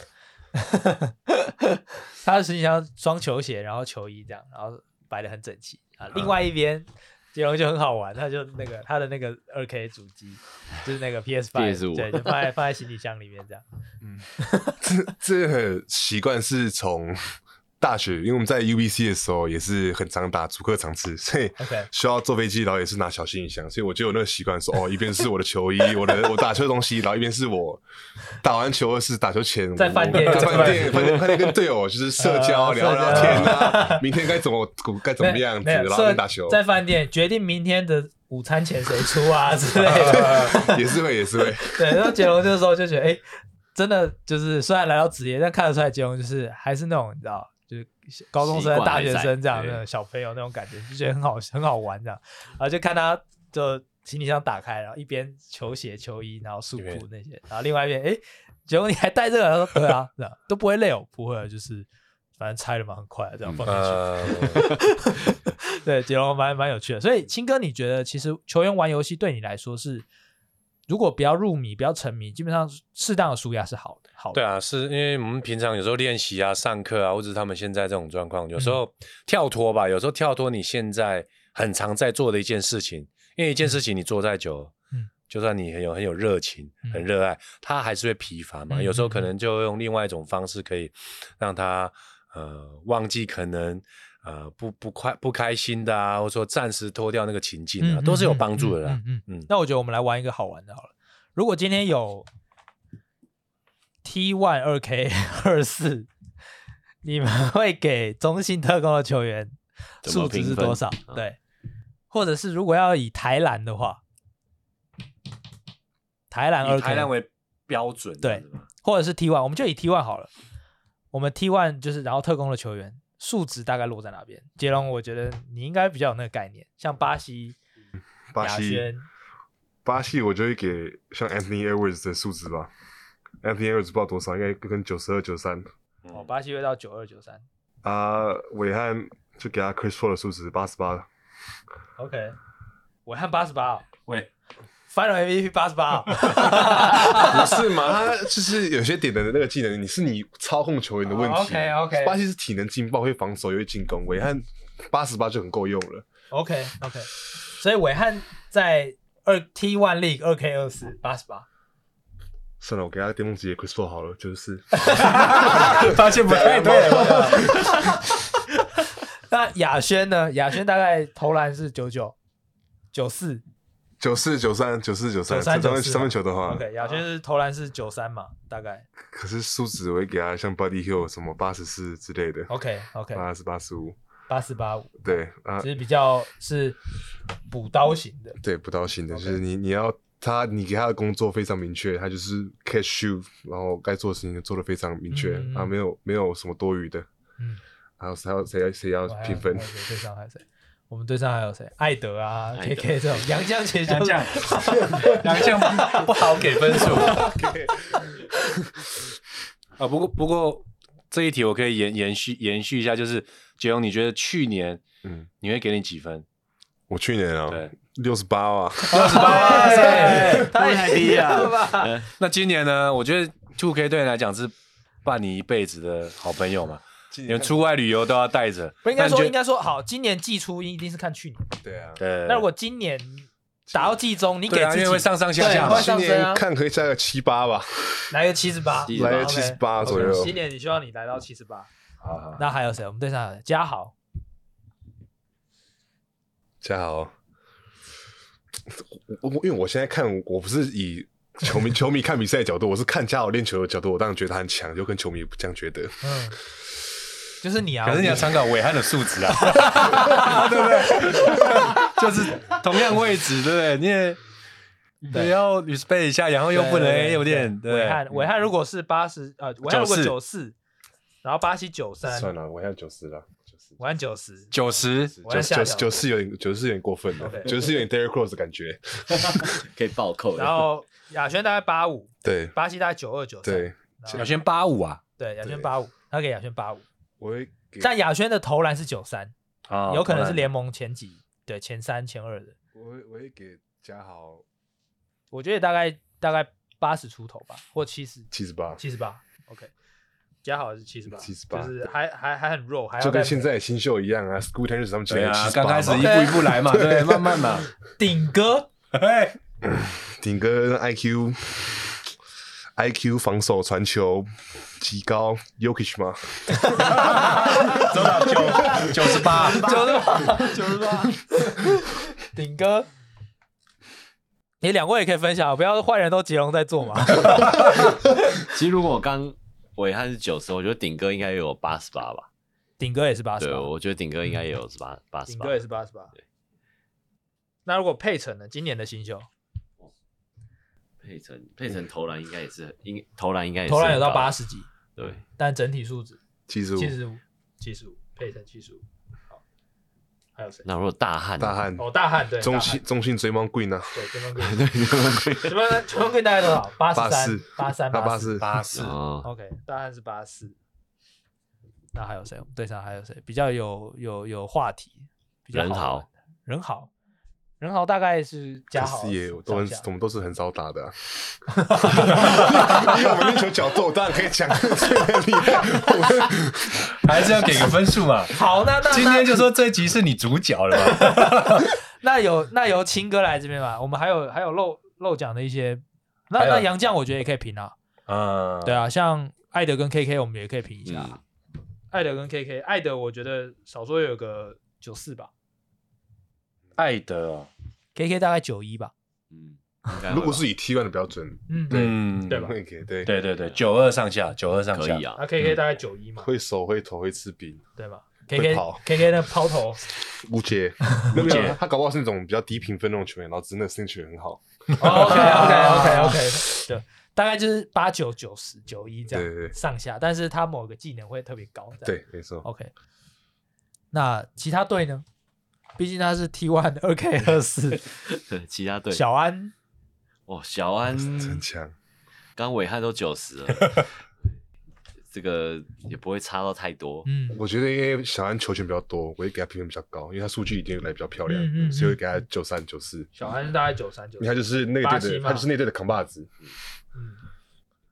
A: 他的行李箱装球鞋，然后球衣这样，然后摆的很整齐啊。另
B: 嗯
A: 外一边，杰龙就很好玩，他就那个他的那个二 K 主机，就是那个 PS 八，
C: PS5
A: 对，就放在放在行李箱里面这样。
D: 这这个习惯是从大学，因为我们在 UBC 的时候也是很常打主客场次，所以
A: OK
D: 需要坐飞机，然后也是拿小行李箱，所以我就有那个习惯说，哦，一边是我的球衣，我的我打球的东西，然后一边是我打完球是打球前
A: 在
D: 我
A: 饭店
D: 在饭
A: 在
D: 店，饭店饭店跟队友就是社交
A: 呃
D: 聊聊
A: 社交
D: 天啊，明天该怎么该怎么
A: 没有
D: 样子，
A: 没有
D: 然
A: 设
D: 后打球
A: 在饭店决定明天的午餐钱谁出
D: <laughs>
A: 啊之类的。
D: 也是会也是会，
A: 对，然后杰龙这时候就觉得，哎、真的就是虽然来到职业，但看得出来杰龙就是还是那种你知道，就是高中生、啊
C: 习惯
A: 大
C: 还
A: 学
C: 在
A: 生这样
C: 对
A: 的小朋友那种感觉，就觉得很好很好玩这样。然后就看他就行李箱打开，然后一边球鞋、球衣，然后束
B: 对
A: 裤那些，然后另外一边，哎、
D: <laughs>
A: 杰龙你还带这个？他说对啊，这样都不会累哦，不会啊，就是。反正拆了嘛，很快这样放进去。
B: 呃，
A: 对，杰龙蛮蛮有趣的。所以，青哥，你觉得其实球员玩游戏对你来说是，如果不要入迷，不要沉迷，基本上适当的舒压是好的，好的。
B: 对啊，是因为我们平常有时候练习啊、上课啊，或者是他们现在这种状况，有时
A: 嗯
B: 候跳脱吧，有时候跳脱你现在很常在做的一件事情，因为一件事情你做再久，
A: 嗯
B: 就算你很有很有热情、
A: 嗯
B: 很热爱，它还是会疲乏嘛。
A: 嗯
B: 有时候可能就用另外一种方式，可以让他呃忘记可能呃不不快不开心的啊，或者说暂时脱掉那个情境啊，
A: 嗯
B: 都是有帮助的啦。
A: 嗯嗯嗯
B: 嗯
A: 那我觉得我们来玩一个好玩的好了。如果今天有 <laughs> T one 二 K <laughs> 二四，你们会给中信特工的球员
C: 怎么
A: 数值是
C: 评分
A: 多少？对，或者是如果要以台篮的话，台篮二
B: 以
A: K
B: 台南为标准，
A: 对
B: 这样子吗
A: 或者是 T one，我们就以 T one 好了。我们 T one 就是然后特工的球员数值大概落在哪边？杰龙，我觉得你应该比较有那个概念，像巴西、
D: 巴
A: 亚
D: 西。
A: 轩，
D: 巴西我就会给像 Anthony Edwards 的数值吧，Anthony Edwards 不知道多少，应该跟九十二、九三
A: 哦，巴西会到九二九三。
D: 啊。伟汉就给他 Chris Paul 的数值八十八，
A: OK，我看八十八哦
B: 喂，
A: ，Final MVP 八十八，哦
D: 不是嘛？他就是有些点的那个技能，你是你操控球员的问题。
A: 哦 OK，OK
D: 巴西是体能劲爆，会防守又会进攻，伟汉八十八就很够用了。
A: OK <laughs> OK，所以伟汉在二 T One League 二 K 二四八十八，
D: 算了，我给他巅峰级的 Chris Paul 好了，就是
A: 发现不
D: 太对
A: 了。 <laughs> 那亚轩呢？亚轩大概投篮是九九九四
D: 九四、九三、九四、九三，
A: 93
D: 三分
A: 94
D: 三分球
B: 嗯
D: 的话，
A: 啊，OK，亚轩是投篮是九三嘛，大概
D: 可是数值我会给他像 Buddy Hill 什么八十四之类的，
A: OK OK
B: 啊
D: 八十八十五，
A: 八四八五，
D: 对啊
A: 其，实比较是补刀型
B: 啊
A: 的。
D: 对，不到型的
A: OK
D: 就是你你要他，你给他的工作非常明确，他就是 catch you，然后该做的事情就做的非常明确、
A: 嗯嗯嗯
D: 啊，没有没有什么多余的。
A: 嗯，
D: 还有谁要谁要谁要
A: 我还有
D: 评分
A: 还？有谁对上还有谁？我们对上还有谁？艾德啊
C: 艾
A: ，KK
C: 德
A: 这种杨绛其实
B: 杨
A: 就是
B: 绛，杨绛不好给分 <laughs> 数。啊，不过不过这一题我可以延延续延续一下，就是杰荣，你觉得去年
D: 嗯，
B: 你会给你几分？
D: 我去年啊
B: 对，
D: 六十八 <laughs> 啊，
A: 哎
C: 太低了
A: 吧？
B: 那今年呢？我觉得 Two K 对你来讲是伴你一辈子的好朋友嘛，你们出外旅游都要带着。
A: 不应该
B: 那你觉
A: 说，
B: 得
A: 应该说好，今年季初一定是看去年。
D: 对
A: <laughs>
D: 啊，
B: 对。
A: 那如果今年打到季中，你给
B: 对啊，
A: 自
B: 因为会
A: 己
B: 上上下下
A: 对
B: 嘛
A: 会。
D: 今
A: 上升啊
D: 年看可以加个七八吧，
A: 来个七十八，
C: 78
D: 来个
A: OK
D: 七十八
A: OK，
D: 左右
A: 今。年你希望你来到七十八。
B: 好好
A: 那还有谁？我们队上有嘉豪，
D: 嘉豪，我我因为我现在看，我不是以球迷球迷看比赛的角度，我是看嘉豪练球的角度，我当然觉得他很强，就跟球迷也不这样觉得。
A: 嗯，就是你啊。
B: 可是你要参考伟汉的数值啊，对不对？就是同样位置，对不对？你也
A: 对
B: 你要 respect 一下，然
A: <laughs>
B: 后又不能有点对不
A: 伟
B: 对
A: 汉，伟汉如果是八十，呃，伟汉如果
B: 94
A: 九四，然后巴西九 <laughs> 三，
D: 算了，我现在九十了，九十。
A: 伟汉九十，
B: 九十
A: 我要
D: 九
A: 下
D: 九
A: 脚
D: 九四有点九四有点过分了
A: OK，
D: 九四有点 Derrick Rose 的
A: <laughs>
D: 感觉。
C: 可以暴扣的。
A: 然后亚轩大概八五，
D: 对
A: 巴西大概九二九三，
D: 对，
A: 然
B: 小
A: 后
B: 轩八五啊
A: 对，亚轩
D: 对
A: 八五，他给亚轩八五，
D: 我会给
A: 但亚轩的投篮是九三，
B: 啊
A: 哦有可能是联盟前几，对，前三前二的，
D: 我会我会给嘉豪
A: 我觉得大概大概八十出头吧，或七十
D: 七十八，
A: 七十八，OK，嘉豪是七十八，
D: 78
A: 就是还还还很肉，还要
D: 就跟
A: 再
D: 现在的新秀一样啊，School Tennis 他们今
B: 对
D: 年
B: 啊，
D: 78
B: 刚开始
D: 嘛
B: 一步一步来嘛，对，慢慢嘛。
A: 顶哥
B: 哎，
D: 顶哥 IQ IQ 防守传球极高 y o k i c h 吗？
B: 多少九九十八？
A: 九十八，啊九十八， <laughs> 顶哥。你两位也可以分享，不要坏人都杰龙在做 <laughs> 嘛。
C: 其实如果刚伟汉是九十，我觉得顶哥应该也有八十八吧。
A: 顶哥也是八十
C: 对，
A: 八，嗯
C: 我觉得顶哥应该也有八八十
A: 顶
C: 八
A: 哥。也是八十八。那如果佩城呢？今年的新秀
C: 佩城佩城投篮应该也是很应投篮应该也是
A: 投篮有到
C: 很高
A: 八。十几，
C: 对，
A: 但整体数值
D: 七十五
A: 七十五，七十五，佩城七十五。好，还有谁？
C: 那如果大汉呢
D: 大
C: <laughs>
D: 汉
A: 哦，大汉对，
D: 中
A: 期
D: 信中信追梦 Green 啊，
A: 对，中锋对，中锋中锋大概多少？八十三，八三，
D: 他八
A: 四
D: 四。
B: 八四
C: 哦，
A: OK，大汉是八四。那还有谁？我们队上还有谁比较有有有话题？比较
C: 人
A: 好
C: 豪
A: 玩的，人豪，人豪大概是加
D: 可
A: 好
D: 是也有都很
A: 上下
D: 我们都是很少打的、啊， <laughs> 因为我们练球角度，当然可以讲得最厉害。我们
B: 还是要给个分数嘛。
A: 好，那那
B: 今
A: 那
B: 天就说这集是你主角了嘛？
A: 那有那由秦哥来这边吧，我们还有还有漏漏讲的一些，那
B: 还有
A: 那杨绛我觉得也可以评啊，
B: 啊，
A: 对啊，像艾德跟 KK 我们也可以评一下啊，
C: 嗯
A: 艾德跟 KK，艾德我觉得少说也有个九四吧
B: 艾
A: 哦
B: 德，
A: ，KK 大概九一吧，
C: 嗯，应该会吧
D: <laughs> 如果是以 T one 的标准，
A: 嗯，
B: 嗯，
A: 对吧
D: 会给对，
B: 对对对，九二上下，九二上
C: 可
B: 下
C: 以。啊
A: 那，KK 大概九一嘛，
D: 会手会投会吃饼，
A: 对吧
D: 会
A: ？KK
D: 跑
A: KK 那抛
D: <laughs>
A: 投，
D: 吴 <laughs> 杰，吴杰，他搞不好是那种比较低评分那种球员，然后真的身体很好。
A: OK OK OK
D: <laughs>
A: OK，对，大概就是八九九十九一这
D: 对对
A: 样
D: 对
A: 上下，但是他某个技能会特别高。这样
D: 对，哦没错。
A: ，OK。那其他队呢？毕竟他是 T one 二 K 二四，
C: <laughs> 其他队
A: 小安
C: 哦，小
A: <laughs>
C: 安
D: 很强，
C: 刚伟汉都九十了，这个也不会差到太多。
A: 嗯
D: 我觉得因为小安球权比较多，我会给他评分比较高，因为他数据一定来比较漂亮，
A: 嗯嗯嗯
D: 所以我会给他九三九四。
A: 小安大概九三九
D: 因为他就是那
A: 巴
D: 个
A: 西
D: 队的，
A: 嘛
D: 他就是那队的扛把子。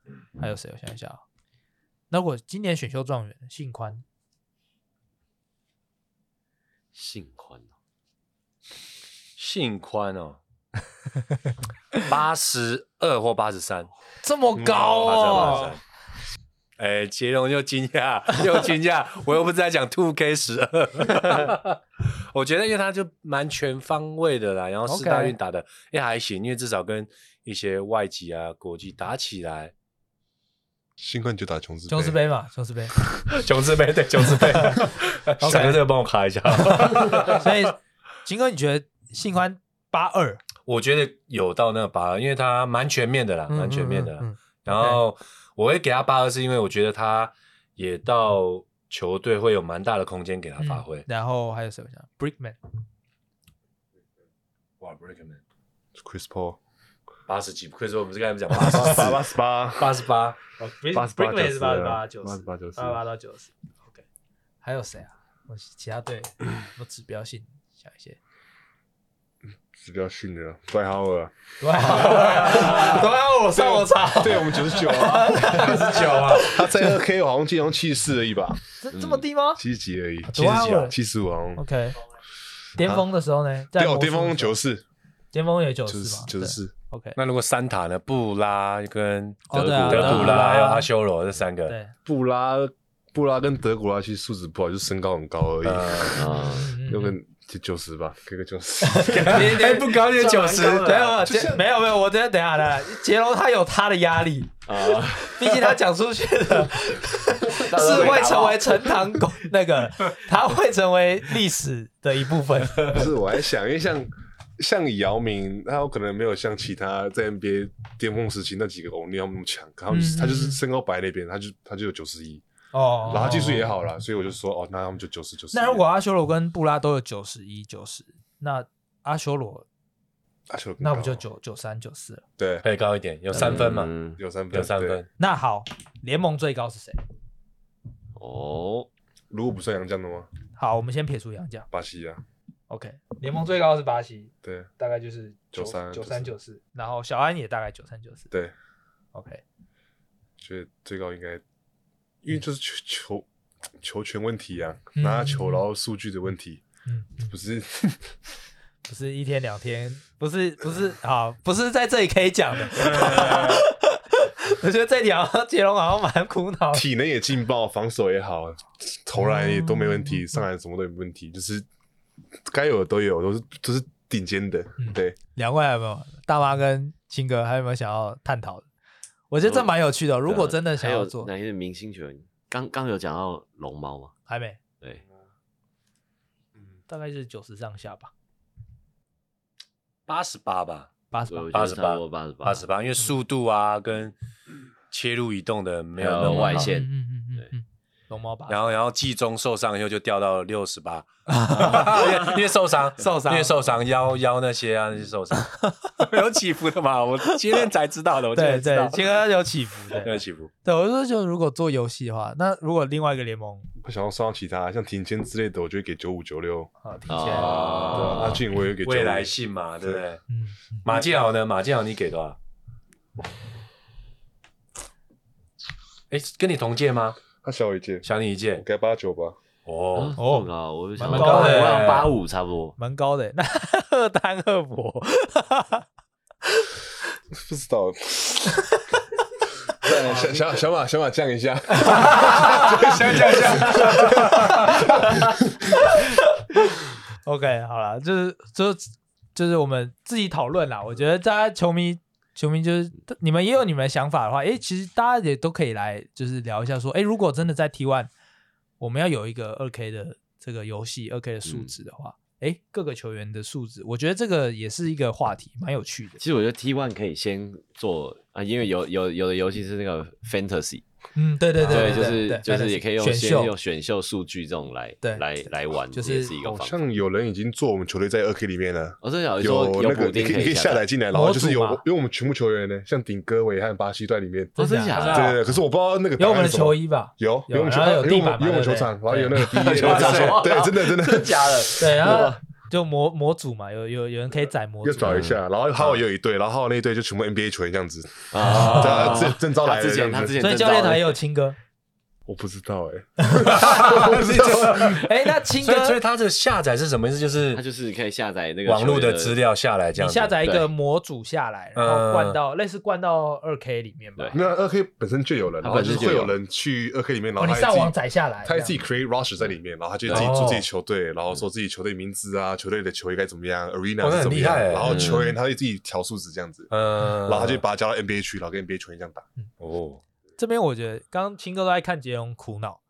A: 嗯，还有谁？我想一下啊。那如果今年选秀状元信宽，
C: 幸宽哦
B: 信宽哦，八十二或八十三，嗯
A: 这么
D: 嗯
A: 高
B: 八十二八十
A: 哦
B: 三。哎，杰龙又惊讶又惊讶，我又不是在讲 Two K 十二。 <laughs> 我觉得，因为他就蛮全方位的啦，然后四
A: OK
B: 大运打的也还行，因为至少跟一些外籍啊、国际打起来。
D: 新冠就打琼斯
A: 琼斯杯嘛，琼斯杯。
B: 琼斯杯对琼斯 <laughs> 杯，小哥这个帮我卡一下。
A: 所以，秦哥，你觉得信宽八二
B: 我觉得有到那个八二，因为他蛮全面的啦，蛮全面的啦。
A: 嗯
B: 然后我会给他八二，是因为我觉得他也到球队会有蛮大的空间给他发挥。
A: 然后还有谁？我想 Brickman
B: 哇 b r i c k m a n
D: Chris Paul
B: 八十几，可以说我们是 <laughs> 刚才讲八十四、
D: 八十八，
B: 八十八，
D: 八十八
A: 哦，Brickman 是八十八九十，
D: 九八十八九十
A: 八十八到九十。OK，还有谁啊？我其他队有没有指标性想一些。 <laughs>
D: 指标性的dwight Howard 啊，
B: 都要我上我查
D: 对我们九十九啊，
B: 九啊，
D: <laughs> 他在二 K 我好像记得好像七十四而已吧，
A: 这这么低吗
D: 七十几而已，七十几
A: Dwight
D: 啊，
A: Howard
D: 七十五好像。
A: ？OK，巅峰的时候呢？哦在
D: 对，
A: 魔
D: 我
A: 术
D: 巅
A: 的
D: 峰
A: 时候
D: 九，四，
A: 巅峰也九
D: 九
A: 四
D: 四，
A: 嘛，
D: 九
A: 哦对
D: 四，
A: OK，
B: 那如果三塔呢？布拉跟
A: 哦对啊
B: 德
A: 德
B: 古
A: 古
B: 拉
A: 拉
B: 还有阿修罗这三个，
A: 对，
D: 布拉布拉跟德古拉其实素质不好，就身高很高而已，
B: 呃，
C: 啊，
A: 嗯
D: 有
A: 嗯
D: 个
A: 嗯
D: 就九十吧，给个九十。
A: 你你
B: 哎，不高啊也九十，
A: 没有没有杰没有没有，我等一下等一下来来，
D: <laughs>
A: 杰龙他有他的压力啊，毕竟他讲出去 <laughs> 的是会成为陈塘公 <laughs> 那个，他会成为历史的一部分。
D: 不是，我还想，因为像像姚明，他有可能没有像其他在 NBA 巅峰时期那几个欧尼奥那么强，可他
A: 嗯
D: 们、
A: 嗯
D: 他就是身高摆那边，他就他就有九十一，
A: <laughs> 哦
D: 然后他技术也。好啦，所以我就说哦，那他们就九十九十。
A: 那如果阿修罗跟布拉都有九十一、九十，那阿修罗
D: 啊球更高
A: 那不就九九三、九四了？
D: 对
B: 可以高一点，有三分嘛，
C: 嗯
D: 有三分
B: 有三
D: 对
B: 分，
A: 那好，联盟最高是谁？
C: 哦，
D: 如果不算杨绛的话，
A: 好，我们先撇除杨将。
D: 巴西啊，
A: OK，联盟最高是巴西，
D: 对
A: 大概就是
D: 93
A: 九三、九四，然后小安也大概九三、九四。
D: 对，
A: OK，
D: 觉得最高应该，因为就是球球球权问题啊，
A: 嗯
D: 拿球然后数据的问题，
A: 嗯，
D: 不是
A: 不是一天两天，不是不是好，不是在这里可以讲的。我觉得这条杰龙好像蛮苦恼的。
D: 体能也劲爆，防守也好，投篮也都没问题，上篮什么都没问题，就是该有的都有，都是都是顶尖的。
A: 嗯
D: 对，
A: 两位还有没有大妈跟青哥还有没有想要探讨的？我觉得这蛮有趣的。如果真的想要做
C: 啊还，有哪些明星球员？刚刚有讲到龙猫吗？
A: 还没，
C: 对，
A: 大概是九十上下吧，
B: 八十八吧，
A: 八十八
C: 我。我觉
B: 八
C: 得
B: 十
C: 差
B: 八
C: 不多八十八，
B: 八十八，因为速度啊跟切入移动的没有那
C: 还有
B: 么好
C: 外线
A: 嗯嗯嗯嗯嗯，龙猫八十
B: 然后然后季中受伤以后就掉到六十 <laughs> 八，因为因为受伤
A: 受伤
B: 因为受伤腰腰那些啊那些受伤， <laughs> 有起伏的嘛，我今天才知道的，我今
A: 对
B: 天知道
A: 对，青哥有起伏的。
B: 有起伏，
A: 对，我说就如果做游戏的话，那如果另外一个联盟
D: 我想要上其他像庭坚之类的，我就会给九五九六。
A: 啊提前，
D: 对
C: 啊，
D: 啊，阿俊我也给95
B: 未来性嘛，对不对？
A: 嗯，
B: 马建豪呢？马建豪你给多少？哎，跟你同届吗？
D: 他小我一届，
B: 小你一届
D: 我给八九吧。 <laughs>
B: 哦，
A: 哦
C: 哦，高，我就想
A: 蛮
C: 到
A: 高的
C: 我想
B: 耶
C: 八五差不多。
A: 蛮高的。那二单二博，
D: 不知道。再来小小小马小马降一下，
B: <laughs> 想想想，
A: OK，好了，就是就是就是我们自己讨论啦。我觉得大家球迷球迷就是你们也有你们的想法的话，诶，其实大家也都可以来就是聊一下说，诶，如果真的在 T one 我们要有一个二 K 的这个游戏二 K 的数值的话，诶，各个球员的数值，我觉得这个也是一个话题，蛮有趣的。
C: 其实我觉得 T One 可以先做啊，因为有有有的游戏是那个 Fantasy，
A: 嗯，对对
C: 对，就
A: 对
C: 是
A: 对
C: 就是也可以用
A: 选
C: 先
A: 秀
C: 用选秀数据这种来
A: 对
C: 来来玩，
A: 就
C: 也
A: 是
C: 是一个
D: 好
C: 方法。
D: 像有人已经做我们球队在二 K 里面了。
C: 我真想哦说
D: 有
C: 有
D: 那个
C: 补
D: 你
C: 丁
D: 可以你可以下载进来，然后就是有
A: 模组嘛，
D: 因为我们全部球员呢，像顶哥、伟汉、巴西都在里面。
C: 哦，
A: 真的
C: 真的
A: 假
C: 假
A: 的
D: 对
C: 的？
D: 对对，可是我不知道那个
A: 有我们的
D: 档案是什么
A: 球衣吧？
D: 有
A: 有
D: 有我们球
A: 然后有地板嘛
D: 有我们球场，
A: 对
D: 然
A: 不
D: 后
A: 对
D: 有那个第一
B: 球场
D: 对，真的真的
C: 假的？
A: <laughs> 对，然后就模模组嘛，有有有人可以载模组，
D: 要找一下。然后浩尔也有一队，然后浩尔那一队就全部 NBA 球员这样子，
C: 啊
D: 这这正招来
C: 他
D: 的
C: 之前
D: 这样
C: 他
D: 子
C: 之前
A: 所以
C: 正
A: 教练
C: 招
A: 团也有青哥。
D: 我不知道哎，我
B: <laughs>
D: 不知道
A: <laughs> 哎，那青
B: 所以所
A: 哥
B: 以，他这个下载是什么意思？就是
C: 他就是可以下载那个
B: 网络
C: 球员
B: 的资，料下来这
A: 你
B: 样子，嗯
A: 下载一个
C: 对
A: 模组下来，然后灌到类似灌到二 K 里面吧
C: 对。
D: 没有二 K 本身就有人，然
C: 它
D: 后
C: 本
D: 就
C: 身
D: 是
C: 就
D: 会
C: 有
D: 有人去二 K 里面，然
A: 哦，
D: 后
A: 你
D: 他
A: 上网
D: 自己
A: 载下来，
D: 他自己
A: 这样哦
D: create roster 在里面，然后他就自己做自己球队，然后说自己球队名字啊，球队的球衣该怎么样
B: 哦
D: ，arena
B: 那
D: 是
B: 很
D: 怎么
B: 厉
D: 样，
B: 害欸
A: 嗯
D: 然后球员他会自己调数值这样子，
B: 嗯，
D: 然后他就把它加到 NBA 去，然后跟 NBA 球员这样打。
B: 哦，
A: 这边我觉得，刚刚青哥都在看杰龙苦恼。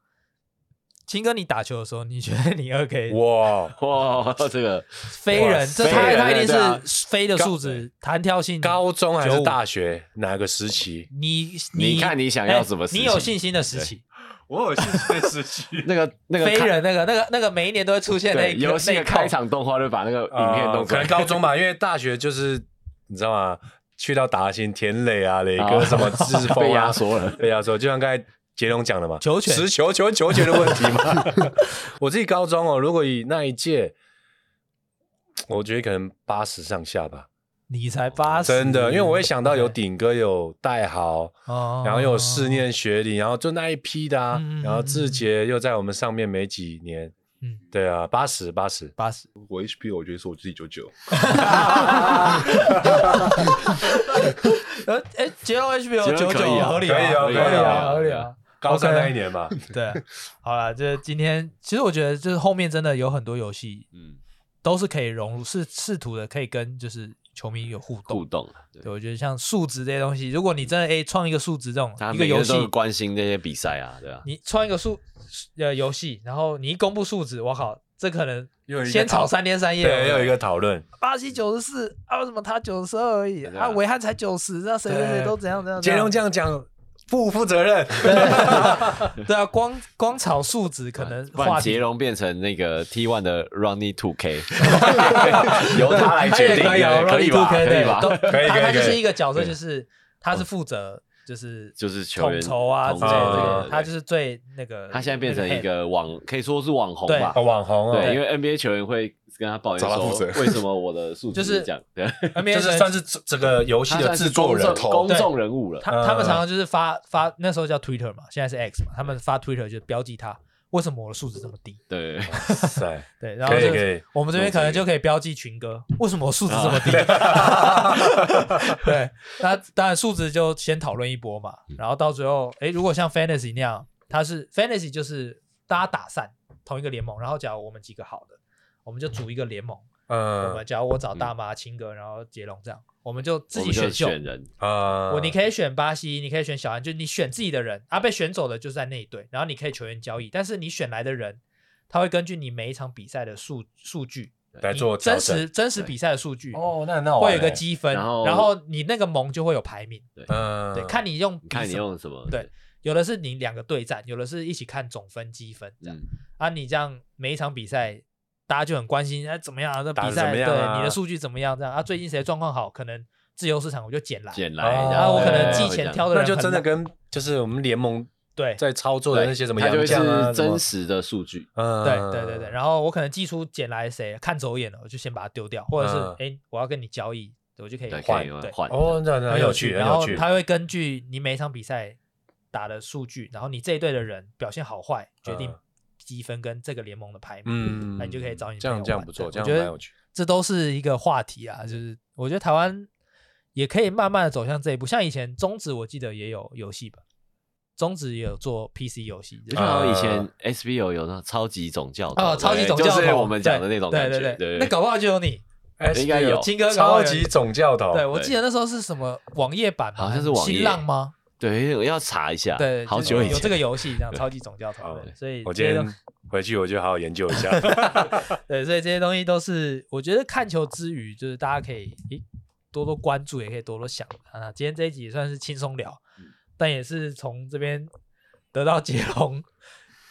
A: 青哥，你打球的时候，你觉得你二 K
C: 哦
B: 哇，
C: <laughs> 哇，这个
A: 飞人，这
B: 飞
A: 他
B: 人
A: 他一定
C: 对啊
A: 是飞的数值、弹跳性
B: 高。中还是大学哪个时期？
A: 你
C: 你看你想要什么
A: 哎
C: 时期
A: 你有信心的时期，
B: 我有兴趣时 <laughs> 期
C: 那个那个
A: 飞
C: 开
A: 人那个那个那个每一年都会出现那
C: 对
A: 一
C: 游戏
A: 那
C: 的
A: 一套呃
C: 开场动画就把那个影
B: 影
C: 片
B: 片
C: 弄
B: 都啊可
C: 出来
B: 能，高中吧，因为大学就是你知道吗？去到达兴、田磊啊、磊哥
C: 啊
B: 什么志峰啊
C: <laughs> 被压
A: <laughs>
C: 缩了
B: 被压缩。就像刚才杰龙讲的嘛，
A: 球权
B: 持球球 <laughs> 球权的问题嘛。我自己高中哦，如果以那一届，我觉得可能八十上下吧，
A: 你才八十，哎
B: 真的，因为我会想到有顶哥、有戴豪，
A: 哦，
B: 然后又有试念学理，然后就那一批的啊
A: 嗯嗯嗯，
B: 然后志杰又在我们上面没几年，
A: 嗯
B: 对啊，八十八十，
A: 八十，
D: 我 HP 我觉得是我自己九九，
A: 呃，哎，杰龙 HBO
C: 杰
A: 九
C: 龙可
A: 九
C: 以啊
A: 合理
B: 可以啊
A: 合理啊，合
C: 可
A: 理
C: 以啊
A: 啊。
B: 高三
A: OK
B: 那一年
C: <laughs>
B: 嘛，
A: 对，好了，这今天其实我觉得就是后面真的有很多游戏
C: 嗯，
A: 都是可以融入，是试图的可以跟就是球迷有互
C: 互
A: 动。
C: 动啊，对
A: 对，我觉得像数值这些东西，如果你真的诶创一个数值这种
C: 他
A: 一个
C: 每
A: 游
C: 个
A: 戏
C: 都，关心那些比赛啊，对吧？
A: 你创一个数呃游戏，然后你一公布数值，我靠，这可能
B: 又有一个
A: 先炒三天三夜。
B: 对，又有一个讨论，
A: 巴西九十四啊，为什么他九十二而已？
C: 对
A: 啊，
C: 啊
A: 维汉才九十，那谁谁谁
B: 对
A: 都怎样怎样。怎
B: 杰
A: 样
B: 龙这样讲不负责
C: <laughs>
B: 任，
A: <laughs> 对啊，光光炒数值可能
C: 啊不
A: 话
C: 然
A: 题
C: 杰龙变成
A: <laughs>
C: 那个 T One 的 Runny Two K，由他来决定，
B: 哎呀
C: 可以吧？
A: 可啊
C: 可以吧？
B: 可以
A: 他
B: 可以
A: 啊他就
B: 可以
A: 是一个角色，就是他是负责就是
C: 就是球
A: 统
C: 员
A: 筹啊之类
C: 统筹
A: 的这
B: 对
A: 个
B: 对，
A: 他就是最那个。
C: 他现在变成
A: 那
C: 一
A: head
C: 个网，可以说是网红吧
B: 哦。网红
C: 对，
B: 哦，
C: 因为 NBA 球员会跟他抱怨
D: 找他负
C: 说，
D: 责
C: 为什么我的数
A: 就
C: 值
A: 是
C: 这样？对，
A: NBA
B: 就是
A: 人
B: 算是这这个游戏
C: 他
B: 的
C: 算是
B: 制作人
C: 公众公
A: 对
C: 众人物了。
A: 他他
B: 呃
A: 们常常就是发发那时候叫 Twitter 嘛，现在是 X 嘛，他们发 Twitter 就标记他为什么我的数值这么低。
C: 对，
B: 哇
C: <laughs>
B: 塞，
A: 对，然后
B: 可以
A: 就
B: 可以
A: 我们这边可能就可以标记群哥，为什么我数值这么
B: <laughs>
C: <laughs>
A: 低？ <laughs> 对，那当然数值就先讨论一波嘛，
B: 嗯
A: 然后到最后，诶，如果像 Fantasy 那样，它是 Fantasy 就是大家打散同一个联盟，然后假如我们几个好的，我们就组一个联盟，我
B: 嗯
A: 们假如我找大妈、青哥，然后杰龙这样，我们就自
C: 我
A: 己
C: 们
A: 选
C: 就
A: 秀。
C: 选人，
B: 啊，
A: 我你可以选巴西，你可以选小韩，就你选自己的人啊，被选走的就是在那一队，然后你可以球员交易，但是你选来的人，他会根据你每一场比赛的数数据
B: 来
A: 你
B: 做调
A: 真
B: 整
A: 实真实比赛的数据，
B: 哦，那很好玩
A: 会
B: 欸
A: 有一个积分，
C: 然
A: 然
C: 后
A: 你那个盟就会有排名，
B: 嗯，
A: 对，看你用比
C: 看你
A: 什么，
C: 用什么。
A: 对，有的是你两个对战，有的是一起看总分积分这样、
C: 嗯，
A: 啊，你这样每一场比赛。大家就很关心，哎、怎么样啊？这
B: 打
A: 比
B: 得怎
A: 赛、
B: 么样啊
A: 对你的数据怎么样？这样啊，最近谁状况好？可能自由市场我就捡来，
C: 捡
B: 哦
C: 来，
A: 然啊后我可能
B: 对
A: 季
C: 会这
A: 前
C: 样
A: 挑的
B: 那
A: 人
B: 就
A: 很
B: 真的
A: 烂
B: 跟就是我们联盟
A: 对
B: 在操作的那些什么
C: 它就
B: 洋
C: 会
B: 将啊，
C: 是
B: 什么
C: 真实的数据。
B: 嗯
A: 对对对对，然后我可能寄出捡来谁看走眼了，我就先把它丢掉，或者是
B: 嗯
A: 哎、诶我要跟你交易，我就可以
C: 对，可
A: 换
C: 以用来
A: 对，
C: 换
B: 哦，那那很有趣，很
A: 然
B: 有
A: 后
B: 趣。
A: 他会根据你每一场比赛打的数据，然后你这一队的人表现好坏，决定
B: 嗯
A: 积分跟这个联盟的排名。
B: 嗯
A: 那你就可以找你
B: 这样
A: 朋友
B: 这样
A: 玩
B: 不
A: 对
B: 错，这样
A: 我觉
B: 蛮
A: 得
B: 有趣。
A: 这都是一个话题啊，就是我觉得台湾也可以慢慢的走向这一步。像以前中指，我记得也有游戏吧，中指也有做 PC 游戏，
C: 就
A: 就是
B: 啊
C: 像以前 SBO 有那种超级总教头
A: 哦，超级总教头，
C: 就是我们讲的那种
A: 对
C: 感
A: 对
C: 觉，
A: 对
C: 对，
A: 那搞不好就有你，
B: 哎
C: 应该有
A: 金哥搞不好
B: 超
A: 有
B: 级总教头，
A: 对，我
C: 对
A: 记得那时候是什么网页版吗？
C: 好像是网页
A: 新浪吗？
C: 对要查一下，
A: 对，
C: 好
A: 就是
C: 久以前
A: 有这个游戏，这样超级总教头
B: 哦
A: 对，所以
B: 我
A: 这些
B: 今天
A: 东
B: 回去我就好好研究一 <laughs> 下。
A: 对，所以这些东西都是我觉得看球之余，就是大家可以诶多多关注，也可以多多想啊。今天这一集也算是轻松聊，
C: 嗯
A: 但也是从这边得到杰
C: <laughs>
A: 龙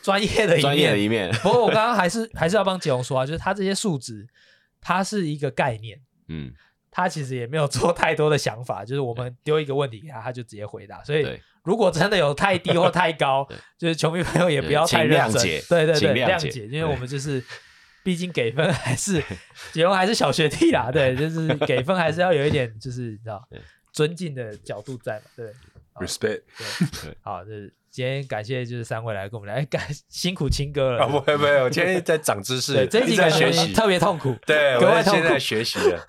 A: 专业的一
C: 专业的
A: 面。
C: 一面，
A: 不过我刚刚还是还是要帮杰龙说啊，就是他这些数值，它是一个概念。
C: 嗯，
A: 他其实也没有做太多的想法，就是我们丢一个问题给他，他就直接回答。所以
C: 对，
A: 如果真的有太低或太高
C: 对，
A: 就是球迷朋友也不要
C: 请
A: 太认
C: 谅
A: 真
C: 解，
A: 对对
C: 请
A: 对，
C: 谅解
A: 解，因为我们就是毕竟给分还是杰龙还是小学弟啦，对，就是给分还是要有一点就是你知道
C: 对
A: 尊敬的角度在嘛，对。好
D: respect，
A: 对，好，就是今天感谢就是三位来跟我们来，哎感辛苦青哥
B: 啊，不
A: 了。
B: 会不会，我今天在长知识，
A: 对，这一
B: 一
A: 集
B: 直在
A: 感觉
B: 学
A: 你
B: 习。
A: 特别痛苦，
B: 对，
A: 格外
B: 我
A: 痛
B: 现
A: 苦
B: 在。学习了。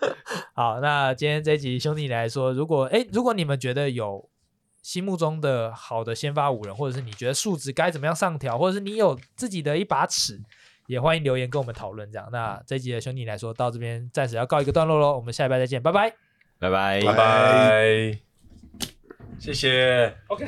A: 好，那今天这一集兄弟你来说，如果哎，如果你们觉得有心目中的好的先发五人，或者是你觉得数值该怎么样上调，或者是你有自己的一把尺，也欢迎留言跟我们讨论。这样，那这一集的兄弟你来说到这边暂时要告一个段落喽，我们下礼拜再见，拜拜。
C: 拜拜
B: 拜拜，谢谢。
C: ，OK。